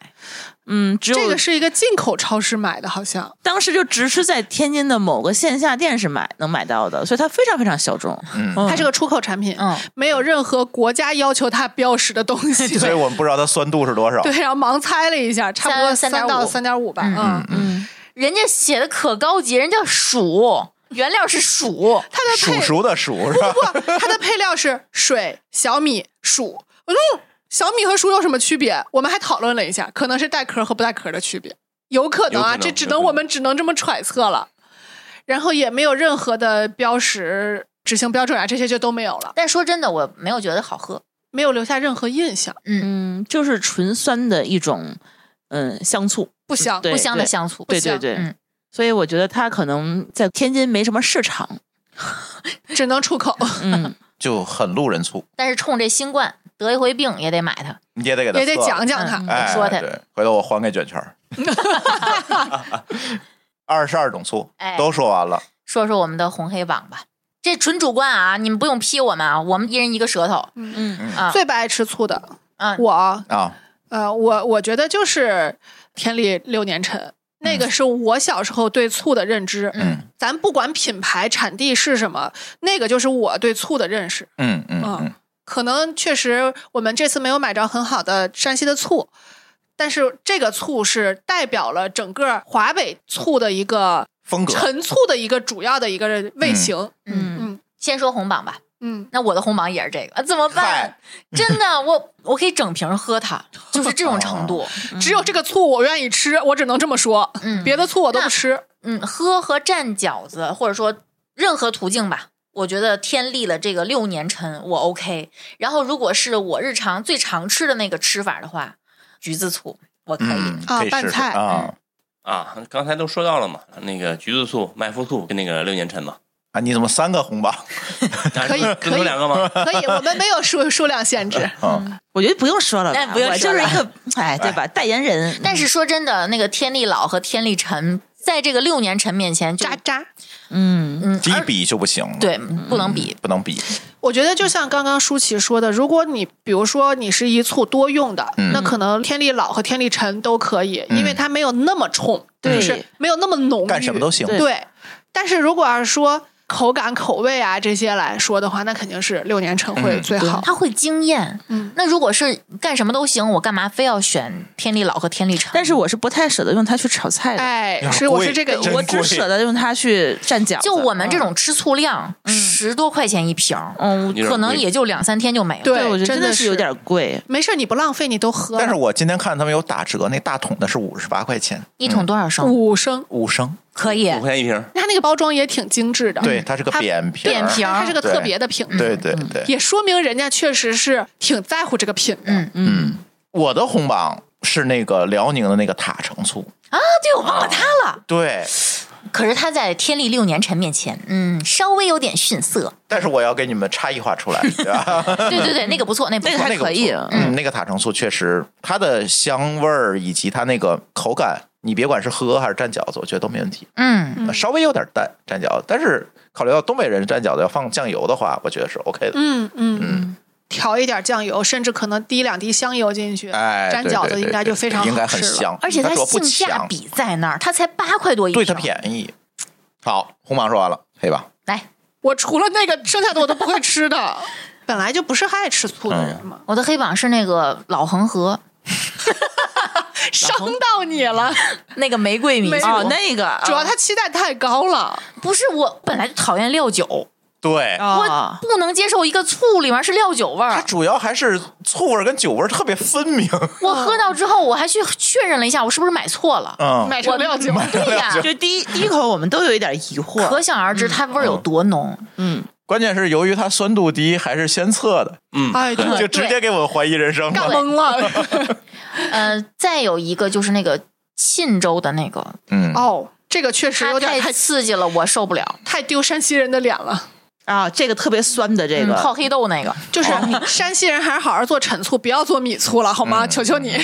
嗯，只有这个是一个进口超市买的，好像当时就只是在天津的某个线下店是买能买到的，所以它非常非常小众。嗯它是个出口产品，嗯，没有任何国家要求它标识的东西。 所以我们不知道它酸度是多少。对，然后盲猜了一下，差不多三三到3.5三点五吧。嗯嗯，嗯，人家写的可高级，人家鼠原料是鼠，它的属配熟的熟是吧？不，它的配料是水、小米、薯。我说嗯小米和薯有什么区别？我们还讨论了一下，可能是带壳和不带壳的区别，有可能啊，有可能这只有可能能我们只能这么揣测了。然后也没有任何的标识、执行标准啊，这些就都没有了，但说真的，我没有觉得好喝，没有留下任何印象，嗯，就是纯酸的一种嗯香醋，不香。对不香的香醋，对香对对，嗯所以我觉得它可能在天津没什么市场。只能出口，嗯，就很路人醋，但是冲这新冠得一回病也得买它，你也得给它也得测了讲讲它。嗯哎，说它对，回头我还给卷圈儿。 二十二种醋哎都说完了，说说我们的红黑榜吧。这纯主观啊，你们不用批我们啊，我们一人一个舌头。嗯啊最不爱吃醋的嗯我，啊，呃，我我觉得就是天利六年陈，那个是我小时候对醋的认知。嗯，咱不管品牌产地是什么，那个就是我对醋的认识。嗯嗯嗯嗯，可能确实我们这次没有买着很好的山西的醋，但是这个醋是代表了整个华北醋的一个风格陈醋的一个主要的一个味型。嗯，嗯先说红榜吧。嗯，那我的红榜也是这个，啊、怎么办？真的，我我可以整瓶喝它，就是这种程哦度。只有这个醋我愿意吃，我只能这么说。嗯别的醋我都不吃。嗯，喝和蘸饺子，或者说任何途径吧。我觉得天利了这个六年陈我 OK，然后如果是我日常最常吃的那个吃法的话，橘子醋我可以。嗯，啊可以拌试试菜啊啊，刚才都说到了嘛，那个橘子醋、麦麸醋跟那个六年陈嘛，啊！你怎么三个红吧？啊可以 就可就以两个吗？可以，我们没有数数量 限制。嗯，我觉得不用说了吧，哎不用我说就是了一个哎，对吧？代言人，但是说真的，那个天利老和天利陈，在这个六年陈面前就渣渣，嗯，嗯，第一而比就不行，，对不能比，不能比，我觉得嗯就像刚刚舒淇说的，如果你比如说你是一醋多用的，嗯那可能天利老和天利陈都可以，嗯因为它没有那么冲，对就是没有那么浓郁，干什么都行，对对。但是如果要是说口感、口味啊这些来说的话，那肯定是六年陈会嗯最好。它会惊艳。嗯那如果是干什么都行，我干嘛非要选天利老和天利陈？但是我是不太舍得用它去炒菜的，哎要，是我贵是这个意思真我只贵舍得用它去蘸饺子。就我们这种吃醋量，十多块钱一瓶儿，嗯，有点可能贵也就两三天就没了。对对，我觉得真真的的是有是点贵。没事，你不浪费你都喝了，但是我今天看他们有打折，那大桶的是五十八块钱，一桶多少升？五升，五升，可以五。块钱一瓶，它那个包装也挺精致的，对，它是个它扁瓶儿，扁瓶儿它是个对特别的品，对对对，也说明人家确实是挺在乎这个品的。嗯，嗯，我的红榜是那个辽宁的那个塔城醋，啊，对，我忘了他了。对， 可是他在天利六年陈面前，嗯，稍微有点逊色。但是我要给你们差异化出来，对吧？ 对对对，那个不错，那个不那个错还那个可以不错嗯，那个塔城醋确实它的香味儿以及它那个口感，你别管是喝还是蘸饺子，我觉得都没问题，嗯，嗯稍微有点淡蘸饺子，但是考虑到东北人蘸饺子要放酱油的话，我觉得是 OK 的。嗯嗯嗯嗯，调一点酱油，甚至可能滴两滴香油进去，哎，蘸对饺对子对应该就对非常应该好很吃了香，而且它它主要不性价强，比在那儿，它才八块多一瓶，对它便宜。好，红榜说完了，黑榜。来，我除了那个，剩下的我都不会 吃的。本来就不是爱吃醋的人嗯嘛，我的黑榜是那个老恒河，伤到你了。那个玫瑰米玫酒。哦，那个 主要他期待太高了，不是我本来就讨厌料酒，对，哦我不能接受一个醋里面是料酒味它儿。主要还是醋味儿跟酒味儿特别分明。我喝到之后，我还去确认了一下，我是不是买错了？嗯，买成料酒。对呀、就第一第一口我们都有一点疑惑，可想而知它味儿有多浓。嗯，关键是由于它酸度低，还是先测的，嗯，哎，对对， 就直接给我怀疑人生干了。懵了。呃，再有一个就是那个沁州的那个，嗯， 哦，这个确实有它点太太刺激了，我受不了。太丢山西人的脸了。啊，这个特别酸的这嗯，个，泡黑豆那个，就是山西人还是好好做陈醋，不要做米醋了，好吗？嗯求 求你。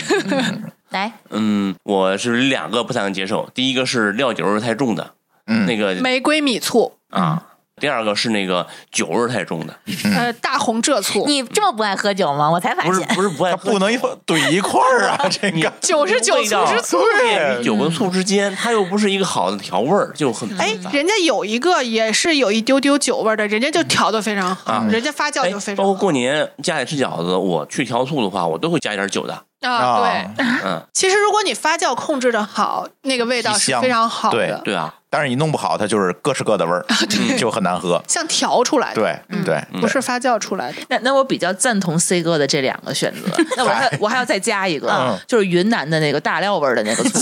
来，嗯，我是两个不太能接受，第一个是料酒味儿太重的，嗯那个玫瑰米醋，啊，第二个是那个酒味儿太 重的，嗯呃，大红浙醋，你这么不爱喝酒吗？我才发不是现， 不是 不爱它喝不能一块怼一块儿 啊，这个九十九味道醋之醋。对，酒跟醋之间，它又不是一个好的调味儿，就很哎麻，烦人家有一个也是有一丢丢酒味儿的，人家就调的非常好，啊人家发酵哎就非常包括好过年家里吃饺子，我去调醋的话，我都会加一点酒的。啊。对，嗯， 其实如果你发酵控制的好，那个味道提是香非常好的，对啊，但是你弄不好，它就是各是各的味儿，嗯就很难喝。像调出来的，对对，不是发酵出来的。那那我比较赞同 C 哥的这两个选 择，那我还我还要再加一嗯个，就是云南的那个大料味儿的那个 醋，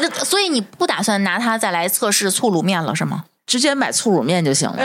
那所以你不打算拿它再来测试醋卤面了是吗？直接买醋卤面就 行了。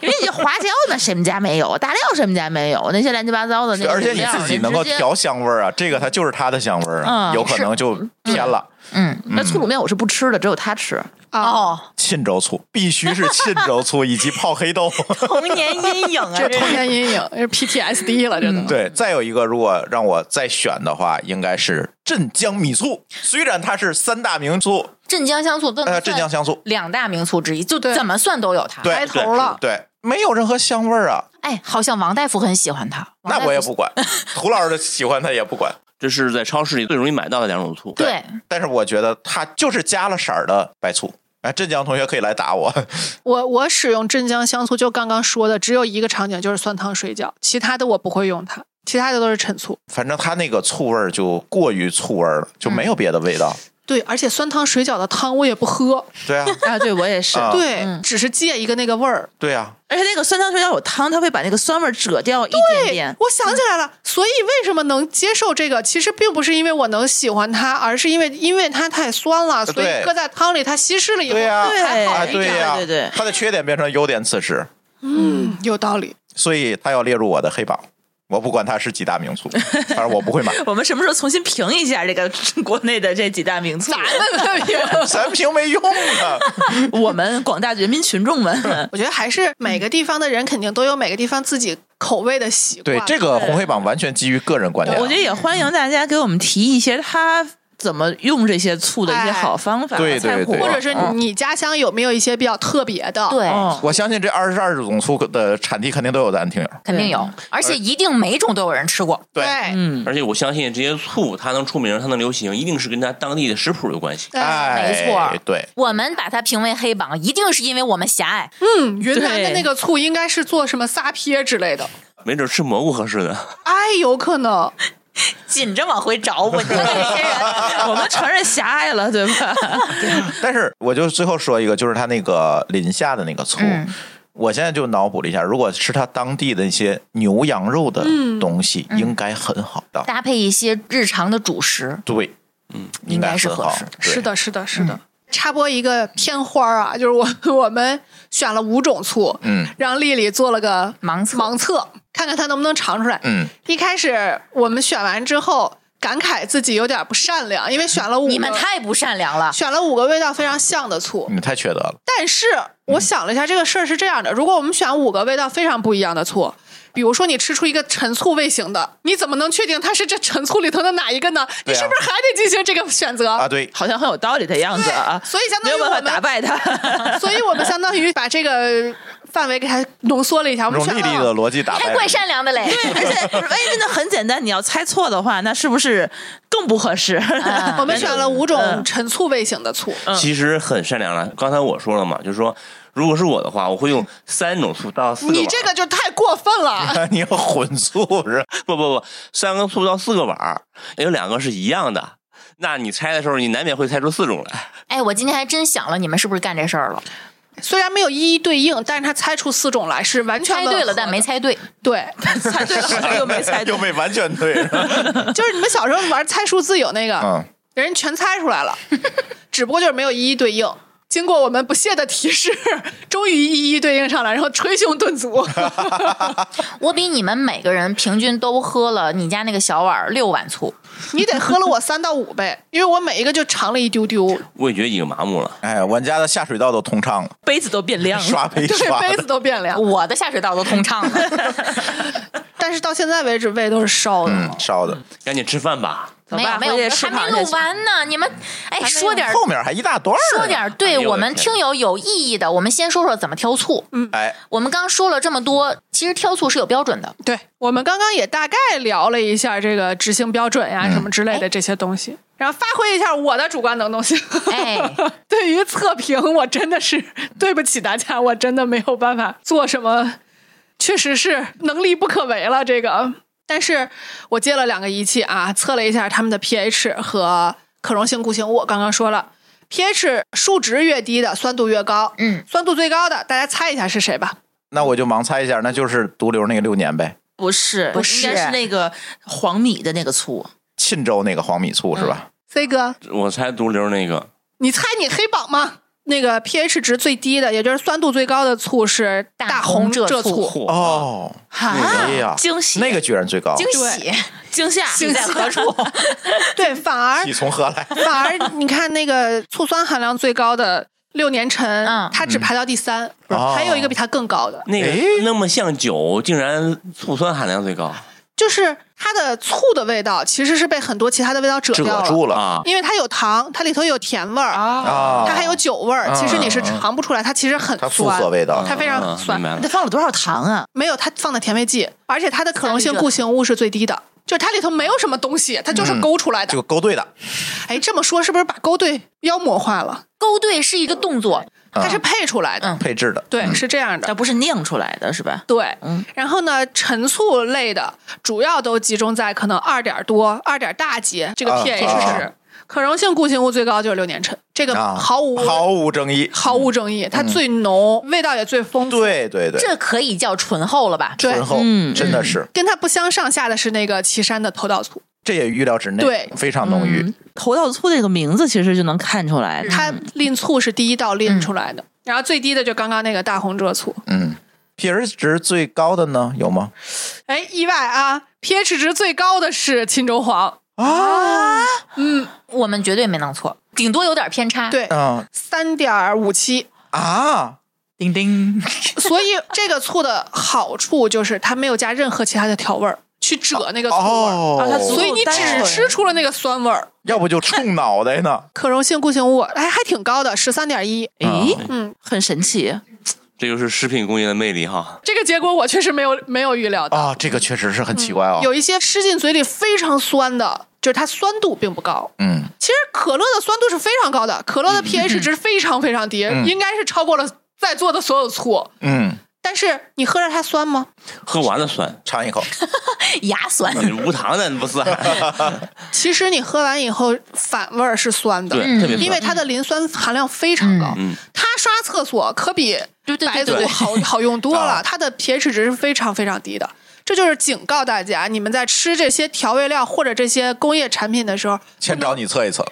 因为你这花椒呢，谁们家没有？大料谁们家没有？那些乱七八糟的那个而且卤你料自己能够。你直接调香味儿啊，这个它就是它的香味儿啊，嗯有可能就偏了。嗯，那醋卤面我是不吃的，只有他吃。啊，哦， 沁州醋必须是沁州醋以及泡黑 豆。童年阴影啊，这哎这童年阴影，这 PTSD 了，真的。嗯对，再有一个，如果让我再选的话，应该是镇江米醋。虽然它是三大名醋，镇江香醋都呃，镇江香醋，两大名醋之一，就对怎么算都有它。对白头了对，没有任何香味儿啊，哎，好像王大夫很喜欢它。王大那夫我也不管。涂老师喜欢它也不管，这是在超市里最容易买到的两种醋。对，但是我觉得它就是加了色儿的白醋。哎，镇江同学可以来打我。 我我使用镇江香醋，就刚刚说的，只有一个场景就是酸汤水饺，其他的我不会用它，其他的都是陈醋。反正它那个醋味儿就过于醋味儿了，就没有别的味道。对，而且酸汤水饺的汤我也不喝，对啊，啊，对我也是。啊对，只是借一个那个味儿。对啊，而且那个酸汤水饺有汤，它会把那个酸味儿遮掉一点点。我想起来了，所以为什么能接受这个？其实并不是因为我能喜欢它，而是因为因为它太酸了，所呃对以搁在汤里它稀释了以后，对呀，哦还好啊，一对点呀，哎对对对它的缺点变成优点，此时，嗯，有道理。，所以它要列入我的黑榜。我不管它是几大名醋，反正我不会买。我们什么时候重新评一下这个 国内的这几大名醋？咱评没用啊，我们广大人民群众们我觉得还是每个地方的人肯定都有每个地方自己口味的习惯。对这个红黑榜完全基于个人观点啊。我觉得也欢迎大家给我们提一些他怎么用这些醋的一些好方法、对菜对谱对或者是嗯你家乡有没有一些比较特别的？对，哦嗯我相信这二十二种醋的产地肯定都有咱听友。肯定有，而且一定每种都有人吃过。对嗯，而且我相信这些醋它能出名，它能流行，一定是跟它当地的食谱有关系。哎，没错哎对，我们把它评为黑榜，一定是因为我们狭隘。嗯，云南的对那个醋应该是做什么撒撇之类的，没准吃蘑菇合适的。哎，有可能。紧着往回找 我，你们这些人，我们承认狭隘了，对吧？ 但是我就最后说一个，就是它那个临夏的那个醋，嗯我现在就脑补了一下，如果是它当地的一些牛羊肉的东西，嗯应该很好 的。搭配一些日常的主食，对，嗯，应该应该很好是合适的。对是，的，是的，是的。嗯插播一个片花儿啊， 就是我我们选了五种醋，嗯让丽丽做了个盲测盲测，看看她能不能尝出来。嗯，一开始我们选完之后，感慨自己有点不善良，因为选了五个，你们太不善良了。选了五个味道非常像的醋，你太缺德了。但是我想了一下，这个事儿是这样的：如果我们选五个味道非常不一样的醋，比如说你吃出一个陈醋味型的，你怎么能确定它是这陈醋里头的哪一个呢？你对啊是不是还得进行这个选择？啊，对，好像很有道理的样子啊，所以相没当于有办我法打们，败 他。所以我们相当于把这个范围给它浓缩了一下。我们用选丽丽的了逻辑打败太怪善良的嘞， 而且， 万哎一真的很简单，你要猜错的话，那是不是更不合适？ 啊 我们选了五种嗯陈醋味型的醋，嗯其实很善良了。刚才我说了嘛，就是说，如果是我的话，我会用三种醋到嗯四个碗。你这个就太过分了。 你要混醋是？不不不，三个醋到四个碗儿，有两个是一样的。那你猜的时候，你难免会猜出四种来。哎，我今天还真想了，你们是不是干这事儿了？虽然没有一一对应，但是他猜出四种来是完全猜对吻合了，但没猜对。对。 猜对了又没猜对 又，没哎完全 对。就是你们小时候玩猜数字有那个，嗯，人全猜出来了，只不过就是没有一一对应。经过我们不懈的提示， 终于一一对应上来，然后捶胸顿 足。我比你们每个人平均都喝了你家那个小碗儿六碗醋，你得喝了我三到五杯，因为我每一个就尝了一丢 丢，我也觉得已经麻木了。哎，我家的下水道都通畅了，杯子都变嗯亮了。刷杯对刷杯的子都变凉。哎我的下水道都通畅 了。但是到现在为止，胃都是烧的。嗯，烧的，赶紧吃饭吧，走没有吧，没有，回去吃还没螃蟹录去。完呢，你们哎还没说点儿后面还一大段儿。说点儿哎呦对我的我嗯们天听友有意义的，我们先说说怎么挑醋。哎，我们刚说了这么多，其实挑醋是有标准 的。对我们刚刚也大概聊了一下这个执行标准呀、嗯哎什么之类的这些东西，然后发挥一下我的主观能动性。 哎，对于测评，我真的是对不起大家，我真的没有办法做什么，确实是能力不可为了这个。但是我借了两个仪器啊，测了一下它们的 pH 和可溶性固形物。我刚刚说了，pH 数值越低的酸度越高，嗯，酸度最高的大家猜一下是谁吧？那我就盲猜一下，那就是毒瘤那个六年呗，不是，不是应该是那个黄米的那个醋。沁州那个黄米醋是吧？飞哥，我猜毒瘤那个你猜你黑榜吗？那个 pH 值最低的，也就是酸度最高的醋是大红红浙浙醋醋。嚯，哦，哎呀，惊喜，那个居然最高，惊对喜，惊吓，惊在喜何处？对，反 而你从何 来？反而你看那个醋酸含量最高的六年陈，嗯它只排到第三，哦还有一个比它更高的，那哎个那么像酒，竟然醋酸含量最高就是它的醋的味道其实是被很多其他的味道遮遮掉了，住了啊！因为它有糖，它里头有甜味儿，啊！它还有酒味儿，嗯其实你是尝不出来，它其实很它复酸合，味道，它非常嗯酸明白了这放了多少糖啊？没有它放的甜味剂，而且它的可溶性固形物是最低的。就是它里头没有什么东西，它就是勾出来嗯的就。勾兑的，哎、这么说是不是把勾兑妖魔化了？ 勾兑是一个动作，它是配出来的，嗯配置的，对，是这样的。嗯这不是酿出来的是吧？对，嗯然后呢，陈醋类的主要都集中在可能二点多、二点大几这个啊 pH 值，啊可溶性固形物最高就是六年陈，这个啊，毫无、毫嗯无争议，毫无争议，它最浓，味道也最丰富。对对对，这可以叫醇厚了吧？对醇，厚嗯真的是，跟它不相上下的是那个岐山的头道醋，这也预料之内，对嗯非常浓郁。头道醋这个名字其实就能看出来，哎它嗯拎醋是第一道拎出来的，然后最低的就刚刚那个大红浙醋。嗯，pH 值最高的呢有吗？哎，意外啊！pH 值最高的是沁州黄，啊，嗯，我们绝对没弄错，顶多有点偏差。，对，嗯三点五七。啊，叮叮，所以这个醋的好处就是它没有加任何其他的调味儿去遮那个醋味儿，啊它哦，足所以你只吃出了那个酸味儿。要不就冲脑袋呢，可溶性固形物哎还挺高的，十三点一。诶，嗯，很神奇。这就是食品工业的魅力哈。这个结果我确实没有没有预料到。啊，这个确实是很奇怪哦，有一些吃进嘴里非常酸的，就是它酸度并不高。嗯，其实可乐的酸度是非常高的，可嗯乐的 pH 值非常非常低，嗯应该是超过了在座的所有醋。嗯，但是你喝着它酸吗？喝完了酸，尝一口，牙酸。嗯你无糖的你 不酸，其实你喝完以后反味儿是酸的，对，特别嗯因为酸。它的磷酸含量非常高。嗯，它刷厕所可比对对对白醋对，好好用多啊了，它的 pH 值是非常非常低的。这就是警告大家，你们在吃这些调味料或者这些工业产品的时候，先找你测一测，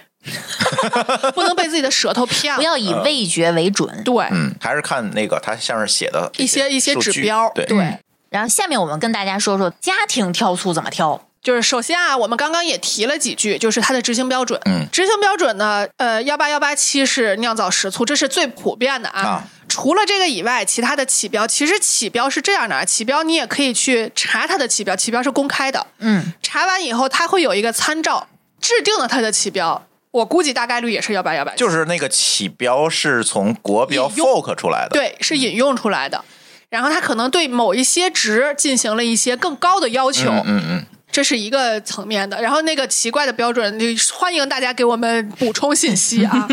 不能被自己的舌头 骗不了。要以味觉为准。对，嗯，还是看那个它下面写的一些一些数指据标，对，然后下面我们跟大家说说家庭挑醋怎么挑。就是首先啊，我们刚刚也提了几句，就是它的执行标准。嗯执行标准呢，呃，幺八幺八七是酿造食醋，这是最普遍的啊。啊除了这个以外，其他的起标其实起标是这样的啊，起标你也可以去查它的起标，起标是公开的。嗯，查完以后，它会有一个参照制定了它的起标，我估计大概率也是幺八幺八，就是那个起标是从国标引用 folk 出来的，对，是引用出来的。然后它可能对某一些值进行了一些更高的要求，嗯嗯嗯，这是一个层面的。然后那个奇怪的标准，就欢迎大家给我们补充信息啊。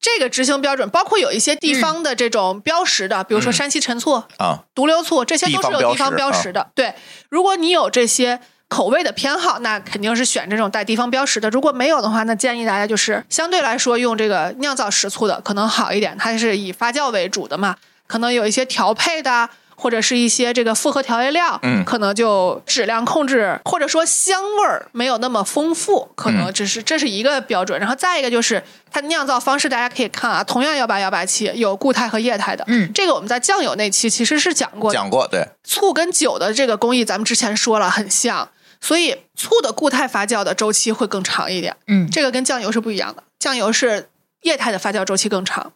这个执行标准包括有一些地方的这种标识的，比如说山西陈醋、啊，毒瘤醋，这些都是有地方地方标标识啊识的。对，如果你有这些口味的偏好，那肯定是选这种带地方标识的。如果没有的话，那建议大家就是相对来说用这个酿造食醋的可能好一点，它是以发酵为主的嘛，可能有一些调配的。或者是一些这个复合调味料，嗯可能就质量控制或者说香味儿没有那么丰富，可能嗯只是这是一个标准。然后再一个就是它酿造方式，大家可以看啊，同样幺八幺八七有固态和液态的，嗯这个我们在酱油那期其实是讲过的，讲过，对，醋跟酒的这个工艺，咱们之前说了很像，所以醋的固态发酵的周期会更长一点。嗯这个跟酱油是不一样的，酱油是液态的发酵周期更长，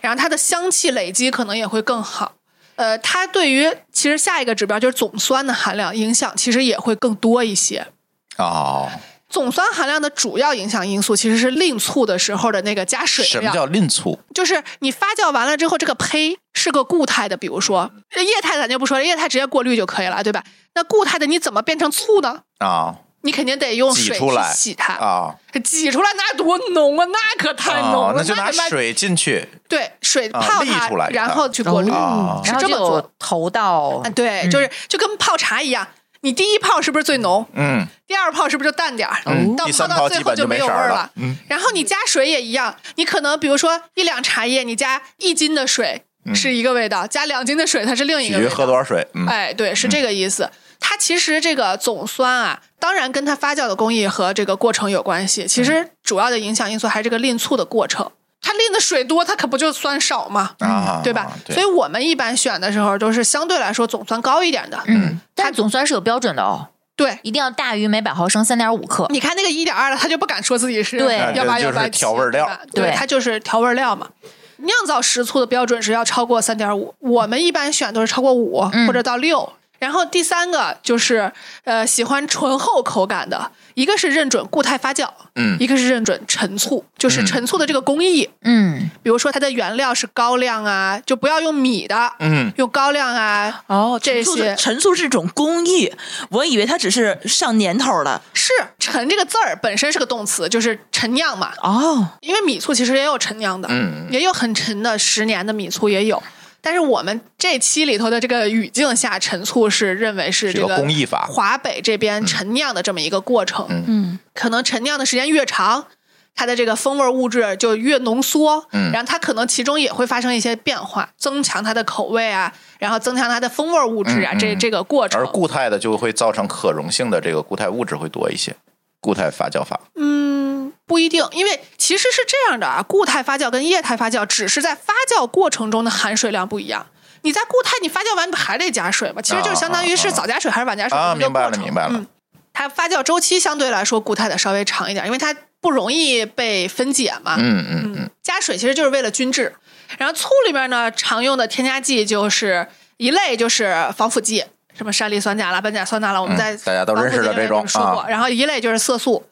然后它的香气累积可能也会更好。呃，它对于其实下一个指标就是总酸的含量影响，其实也会更多一些。哦，总酸含量的主要影响因素其实是令醋的时候的那个加水啊什么量，叫吝促？就是你发酵完了之后，这个胚是个固态的，比如说液态咱就不说了，液态直接过滤就可以了，对吧？那固态的你怎么变成醋呢？啊你肯定得用挤水出去来洗它，啊挤出来那多浓啊，那可太浓了，啊！那就拿得把水进去对水啊泡沥它，出来然的后去过滤。啊哦是哦然后这么做就嗯投到啊，对，就是就跟泡茶一样，你第一泡是不是最浓？嗯第二泡是不是就淡点儿？嗯到第泡三到泡最基后本就就没没有色味儿儿了了。。嗯然后你加水也一样，你可能比如说一两茶叶，你加一斤的水是一个味道，加两斤的水它是另一取个味决于道。喝多少水，嗯，哎，对，是这个意思。它其实这个总酸啊，当然跟它发酵的工艺和这个过程有关嗯系。其实主要的影响因素还是这个淋醋的过程。它淋的水多，它可不就酸少吗？啊，对吧？所以我们一般选的时候都是相对来说总酸高一点的。嗯，但总酸是有标准的哦，对，一定要大于每百毫升三点五克。你看那个一点二的，他就不敢说自己是对幺那八幺就是八调味料对对它就是调味料嘛。酿造食醋的标准是要超过三点五，我们一般选都是超过五、嗯或者到六。然后第三个就是呃，喜欢醇厚口感的，一个是认准固态发酵，嗯一个是认准陈醋，就是嗯陈醋的这个工艺，嗯，比如说它的原料是高粱啊，就不要用米的，嗯，用高粱啊，哦，这陈醋的些陈醋是一种工艺，我以为它只是上年头了。是“陈”这个字儿本身是个动词，就是陈酿嘛，哦，因为米醋其实也有陈酿的，嗯也有很陈的十年的米醋也有。但是我们这期里头的这个语境下，陈醋是认为是是这一个个工艺法华北这边陈酿的这么一个过程。嗯嗯，可能陈酿的时间越长，它的这个风味物质就越浓缩。嗯然后它可能其中也会发生一些变化，增强它的口味啊，然后增强它的风味物质啊，嗯嗯这嗯这个过程而。固态的就会造成可溶性的这个固态物质会多一些，固态发酵法嗯，不一定，因为其实是这样的啊，固态发酵跟液态发酵只是在发酵过程中的含水量不一样。你在固态，你发酵完不还得加水吗？其实就相当于是啊啊啊早加水还是晚加水啊，这么一个明白过了，程明白了嗯，，它发酵周期相对来说固态的稍微长一点，因为它不容易被分解嘛。嗯嗯嗯，加水其实就是为了均质。然后醋里面呢，常用的添加剂就是一类就是防腐剂，什么山梨酸钾啦、苯甲酸钠啦，我们嗯在大家都认识的这种防腐剂里面说过。啊然后一类就是色素，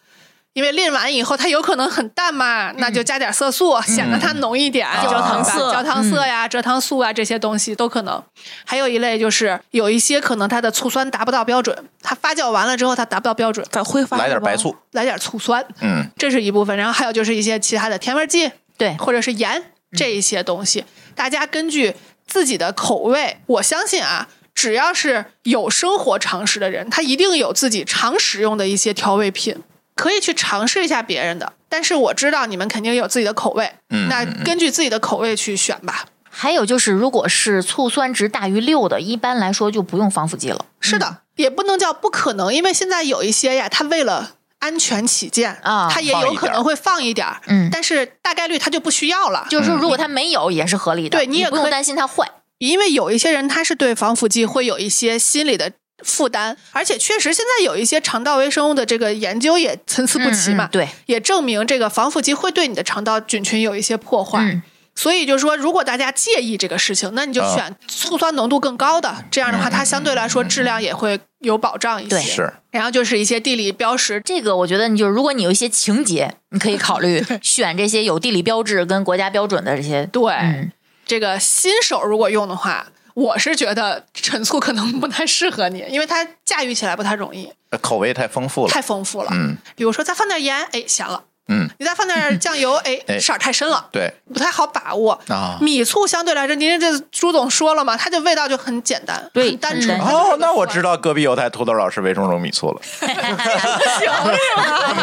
因为淋完以后它有可能很淡嘛，那就加点色素，显得它浓一点，嗯焦糖嗯色焦糖色呀、蔗糖素啊这些东西都可能。还有一类就是有一些可能它的醋酸达不到标准，它发酵完了之后它达不到标准，反挥发嗯来点了白吗醋，，来点醋酸。嗯这是一部分，然后还有就是一些其他的甜味剂，对或者是盐嗯这一些东西，大家根据自己的口味，我相信啊，只要是有生活常识的人，他一定有自己常使用的一些调味品，可以去尝试一下别人的。但是我知道你们肯定有自己的口味，嗯那嗯嗯根据自己的口味去选吧。还有就是，如果是醋酸值大于六的，一般来说就不用防腐剂了。嗯是的，也不能叫不可能，因为现在有一些呀，它为了安全起见啊它也放有一可点儿能会放一点儿，嗯但是大概率它就不需要了。就是说，如果它没有也是合理的，嗯对你也不可用以担心它坏。因为有一些人他是对防腐剂会有一些心理的负担，而且确实现在有一些肠道微生物的这个研究也参差不齐嘛，嗯嗯对，也证明这个防腐剂会对你的肠道菌群有一些破坏。嗯所以就是说，如果大家介意这个事情，那你就啊嗯选醋酸浓度更高的，这样的话它相对来说质量也会有保障一些。对是然后就是一些地理标识，这个我觉得你就是，如果你有一些情节，你可以考 虑选这些有地理标志跟国家标准的这些。对，嗯，这个新手如果用的话，我是觉得陈醋可能不太适合你，因为它驾驭起来不太容易，呃口味太丰富了太，丰富了。嗯比如说再放点盐，哎，咸了；嗯，你再放点 酱油，哎，哎色儿太深了，对不太好把握。啊。米醋相对来说，您这朱总说了嘛，它的味道就很简单，对很单纯。很它就是 哦，个那我酸知道隔壁犹太土豆老师为什么用米 醋了，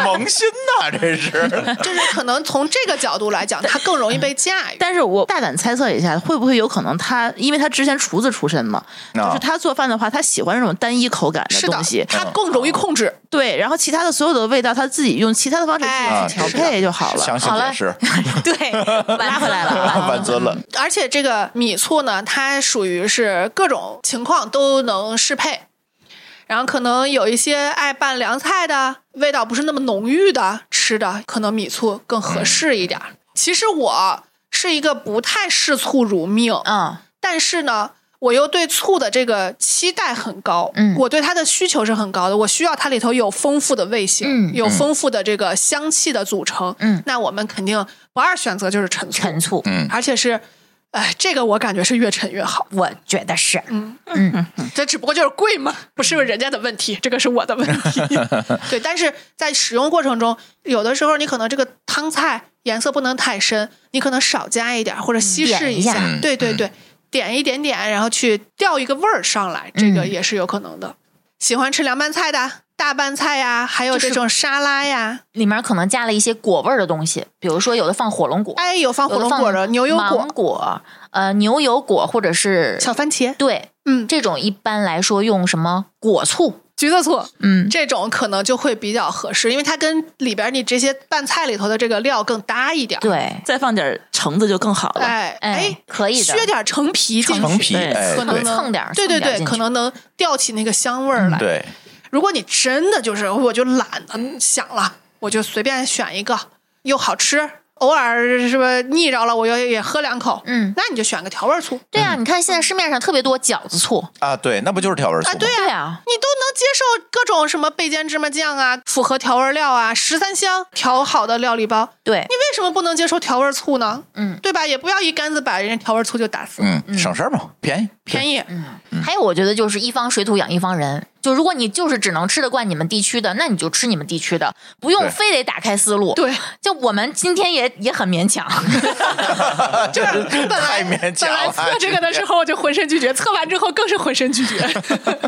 萌新呐，这 是。就是可能从这个角度来讲，它更容易被驾驭。 但是我大胆猜测一下，会不会有可能他，因为他之前厨子出身嘛，啊就是他做饭的话，他喜欢这种单一口感是的东西，，它更容易哦控制。对，然后其他的所有的味道他自己用其他的方式哎自己去啊是调的配就好了。详细解 释，对，拉拉回来了 啊晚尊了。而且这个米醋呢，它属于是各种情况都能适配。然后可能有一些爱拌凉菜的，味道不是那么浓郁的吃的，可能米醋更合适一点嗯儿。其实我是一个不太视醋如命，嗯，但是呢，我又对醋的这个期待很高，嗯我对它的需求是很高的，我需要它里头有丰富的味型，嗯有丰富的这个香气的组成，嗯那我们肯定不二选择就是陈醋，陈醋，嗯，而且是。哎，这个我感觉是越陈越好，我觉得是，嗯嗯这只不过就是贵嘛，不是人家的问题，这个是我的问 题。对，但是在使用过程中，有的时候你可能这个汤菜颜色不能太深，你可能少加一点儿或者稀释点一下，下嗯对对对，点一点点，然后去调一个味儿上来，这嗯个也是有可能的。喜欢吃凉拌菜的大拌菜呀，还有就是这种沙拉呀，里面可能加了一些果味儿的东西，比如说有的放啊火龙果，哎，有放火有的龙放果的、牛油芒果、果，呃，牛油果或者是小番茄，对嗯，这种一般来说用什么果醋，橘子醋，嗯，这种可能就会比较合适，因为它跟里边你这些拌菜里头的这个料更搭一点儿。对，再放点橙子就更好了。哎哎，可以的，削点橙皮进橙去，皮，对哎，可能对能蹭点儿对对蹭点儿对，进去可能能调起那个香味儿嗯来。对，如果你真的就是我就懒了，想了，我就随便选一个，又好吃，偶尔是吧腻着了，我又也喝两口，嗯那你就选个调味儿醋，对啊，你看现在市面上特别多饺子醋，啊，对，那不就是调味醋啊吗？对对啊，你都能接受各种什么焙煎芝麻酱啊，复合调味儿料啊，十三香调好的料理包，对你，为什么不能接受调味儿醋呢？嗯，对吧？也不要一竿子把人家调味儿醋就打死，嗯，省事儿嘛，便宜，便宜。宜。还有我觉得就是一方水土养一方人，就如果你就是只能吃得惯你们地区的，那你就吃你们地区的，不用对非得打开思路。对，就我们今天也也很勉强，啊 就是 本来太勉强本来了测这个的时候我就浑身拒绝，测完之后更是浑身 拒绝。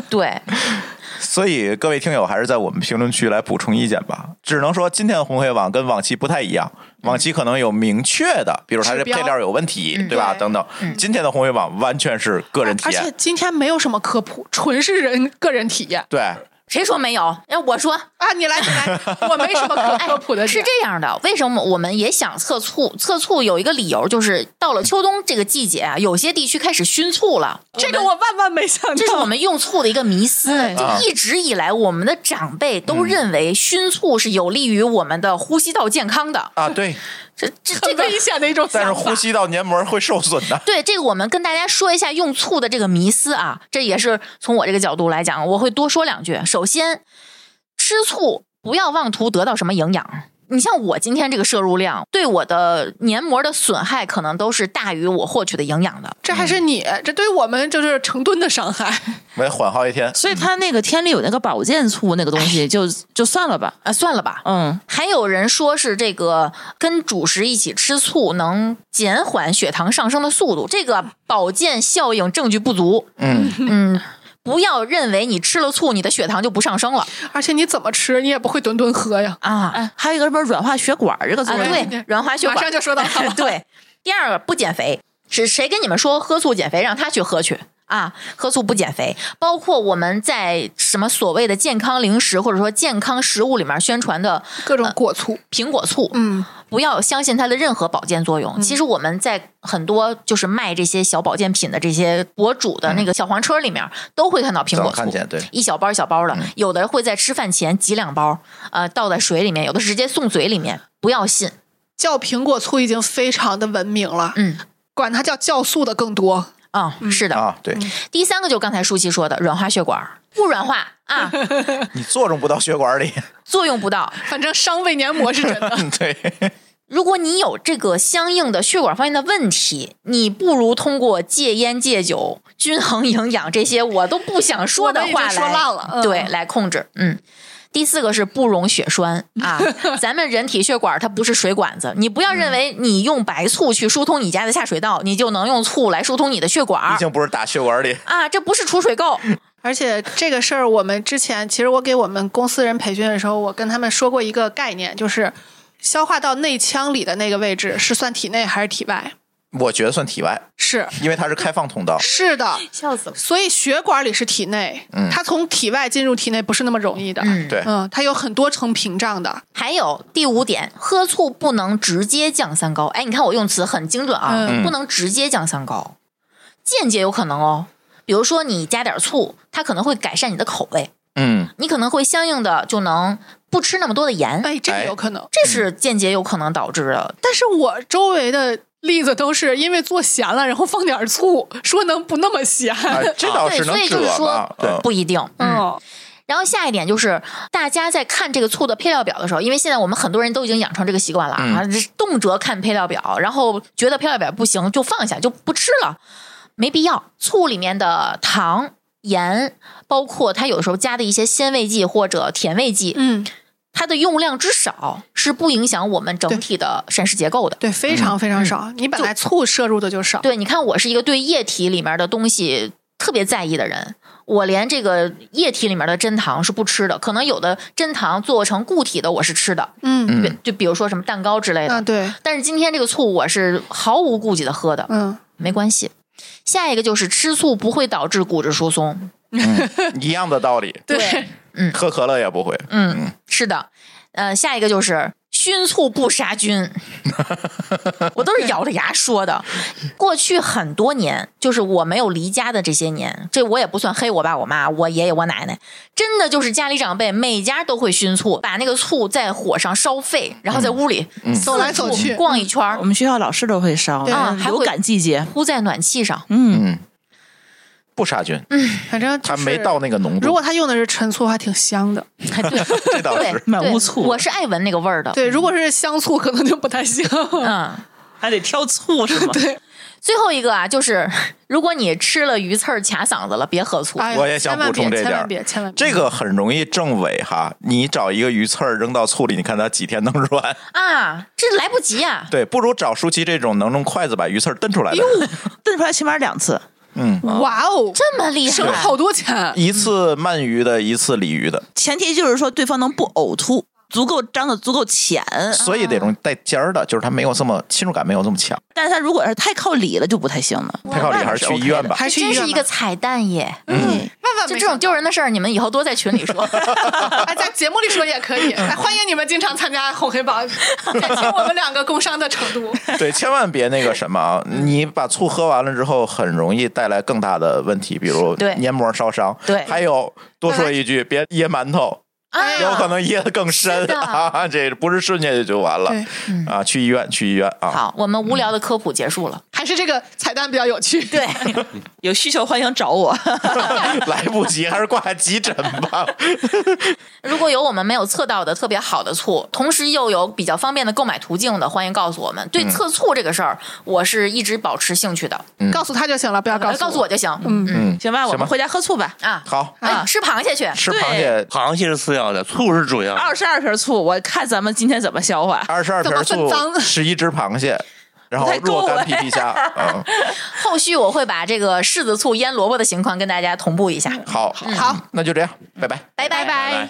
对， 所以各位听友还是在我们评论区来补充意见吧。只能说今天的红黑网跟往期不太一样，往期可能有明确的，比如它指这标嗯配料有问题，对吧？对等等。今天的红黑网完全是个人体而且验，今天没有什么科普，纯是人个人体验对，谁说没有？哎，我说啊！你来，你来，我没什么可科普的是点。这样的，为什么我们也想测醋？测醋有一个理由，就是到了秋冬这个季节啊，有些地区开始熏醋了。这个我万万没想到，这是我们用醋的一个迷思，哎就啊一直以来我们的长辈都认为熏醋是有利于我们的呼吸道健康的。啊， 对，这这这很个危险的一种但是想法呼。吸道黏膜会受损 的。对这个，我们跟大家说一下用醋的这个迷思啊，这也是从我这个角度来讲，我会多说两句。首先，吃醋不要妄图得到什么营养。你像我今天这个摄入量，对我的黏膜的损害可能都是大于我获取的营养的。这还是你，这对于我们就是成吨的伤害。我也缓好一天，所以他那个天利有那个保健醋那个东 西，就就算了吧。啊，算了吧。嗯，还有人说是这个跟主食一起吃醋能减缓血糖上升的速度，这个保健效应证据不足。嗯，嗯，不要认为你吃了醋，你的血糖就不上升了而且你怎么吃，你也不会顿顿喝呀。啊。哎，还有一个什么软化血管儿这个作啊，用，对，软化血管，马上就说到它了 对，第二个不减肥，是谁跟你们说喝醋减肥，让他去喝去啊？喝醋不减肥，包括我们在什么所谓的健康零食或者说健康食物里面宣传的各种果醋，苹果醋，嗯，不要相信它的任何保健作用。其实我们在很多就是卖这些小保健品的这些博主的那个小黄车里面，都会看到苹怎果么醋，看见？对，一小包一小包的，有的会在吃饭前挤两包，呃，倒在水里面，有的是直接送嘴里面，不要信。叫苹果醋已经非常的文明了，嗯，管它叫酵素的更多。啊、是的。啊，对第三个就刚才舒淇说的软化血管儿，不软化啊，你作用不到血管 里，嗯作用不到。反正伤胃黏膜是真 的。对，如果你有这个相应的血管方面的问题，你不如通过戒烟、戒酒、均衡营养这些我都不想说的我话们已经说来烂了嗯对，来控制。嗯，第四个是不溶血栓啊，咱们人体血管它不是水管 子，你不要认为你用白醋去疏通你家的下水道，你就能用醋来疏通你的血管毕 儿竟不是打血管里。啊，这不是储水垢。而且这个事儿，我们之前其实我给我们公司人培训的时候，我跟他们说过一个概念，就是消化道内腔里的那个位置是算体内还是体外？我觉得算体外，是因为它是开放通道。是的， 笑死我！所以血管里是体内，嗯它从体外进入体内不是那么容易的。嗯，对，嗯，它有很多层屏障的。还有第五点，喝醋不能直接降三高。哎，你看我用词很精准啊，嗯不能直接降三高，间接有可能哦。比如说你加点醋，它可能会改善你的口味，嗯，你可能会相应的就能不吃那么多的盐，哎，这个哎有可能。这是间接有可能导致的。但是我周围的例子都是因为做咸了，然后放点醋，说能不那么咸。啊，这倒对，是所能以指就是吧说？嗯不一定。嗯，嗯，然后下一点就是大家在看这个醋的配料表的时候，因为现在我们很多人都已经养成这个习惯了啊，这动辄看配料表，然后觉得配料表不行就放下就不吃了，没必要。醋里面的糖、盐，包括它有时候加的一些鲜味剂或者甜味剂，嗯，它的用量之少是不影响我们整体的膳食结构的。对，非常非常少。你本来醋摄入的就少。对，你看我是一个对液体里面的东西特别在意的人，我连这个液体里面的真糖是不吃的，可能有的真糖做成固体的我是吃的，嗯，嗯对，就比如说什么蛋糕之类啊，的。对，但是今天这个醋我是毫无顾忌的喝的，嗯，没关系。下一个就是吃醋不会导致骨质疏松，嗯一样的道理，对，喝可乐也不会。嗯，是的。呃，下一个就是熏醋不杀菌，我都是咬着牙说的。过去很多年，就是我没有离家的这些年，这我也不算黑我爸、我妈、我爷爷、我奶奶，真的就是家里长辈每家都会熏醋，把那个醋在火上烧沸，然后在屋里走走来走去嗯逛一圈儿我，们学校老师都会烧，对嗯啊还会流感季节，铺在暖气上。嗯，嗯，不杀菌，嗯反正就它是没到。那个浓度。如果他用的是陈醋，还挺香的。这倒 对是，满对屋醋我是爱闻那个味儿的。对，如果是香醋，可能就不太香。嗯，还得挑醋是吗？ 对，最后一个啊，就是 如果你吃了鱼刺儿卡嗓子了，别喝醋。哎呀我也想补充这千点万儿别，千万别，千万别。这个很容易证伪哈。你找一个鱼刺儿扔到醋里，你看它几天能 软？啊，这来不及啊呀、对，不如找舒淇这种能用筷子把鱼刺儿蹬出来的。炖出来起码两次，嗯，哇哦，这么厉省了害好多钱。一次鳗鱼的，一次鲤鱼的，前提就是说对方能不呕吐，足够张的足够浅。所以得容易带尖儿的，就是它没有这么侵入感没有这么强。但是他如果是太靠里了就不太行了。太靠里还是去医院吧。还这去真医是院一吧个彩蛋耶！万万就没这种丢人的事儿，你们以后多在群里说。 哎，在节目里说也可以。哎，欢迎你们经常参加红黑榜，减轻我们两个工伤的程度。对，千万别那个什么啊！你把醋喝完了之后，很容易带来更大的问题，比如对黏膜烧伤。对还有多说一句，别噎馒头，啊，有可能噎得更是深的啊！这不是瞬间就就完了对啊！去医院，去医院啊！好，我们无聊的科普结束 了。 还是这个彩蛋比较有趣。对，有需求欢迎找我。 来不及，还是挂急诊吧。如果有我们没有测到的特别好的醋，同时又有比较方便的购买途径的，欢迎告诉我们。对测醋这个事儿，我是一直保持兴趣的，告诉他就行了，不要告诉告诉我就行。嗯嗯，行吧，我行吧们回家喝醋吧。啊，好，哎，吃螃蟹去。吃螃蟹螃蟹是次要的，醋是主要的。二十二瓶醋，我看咱们今天怎么消化。二十二瓶怎么分醋，赃十一只螃蟹，然后不太够若干皮哎皮虾。嗯，后续我会把这个柿子醋腌萝卜的情况跟大家同步一下。好，好，那就这样，拜拜。嗯拜拜拜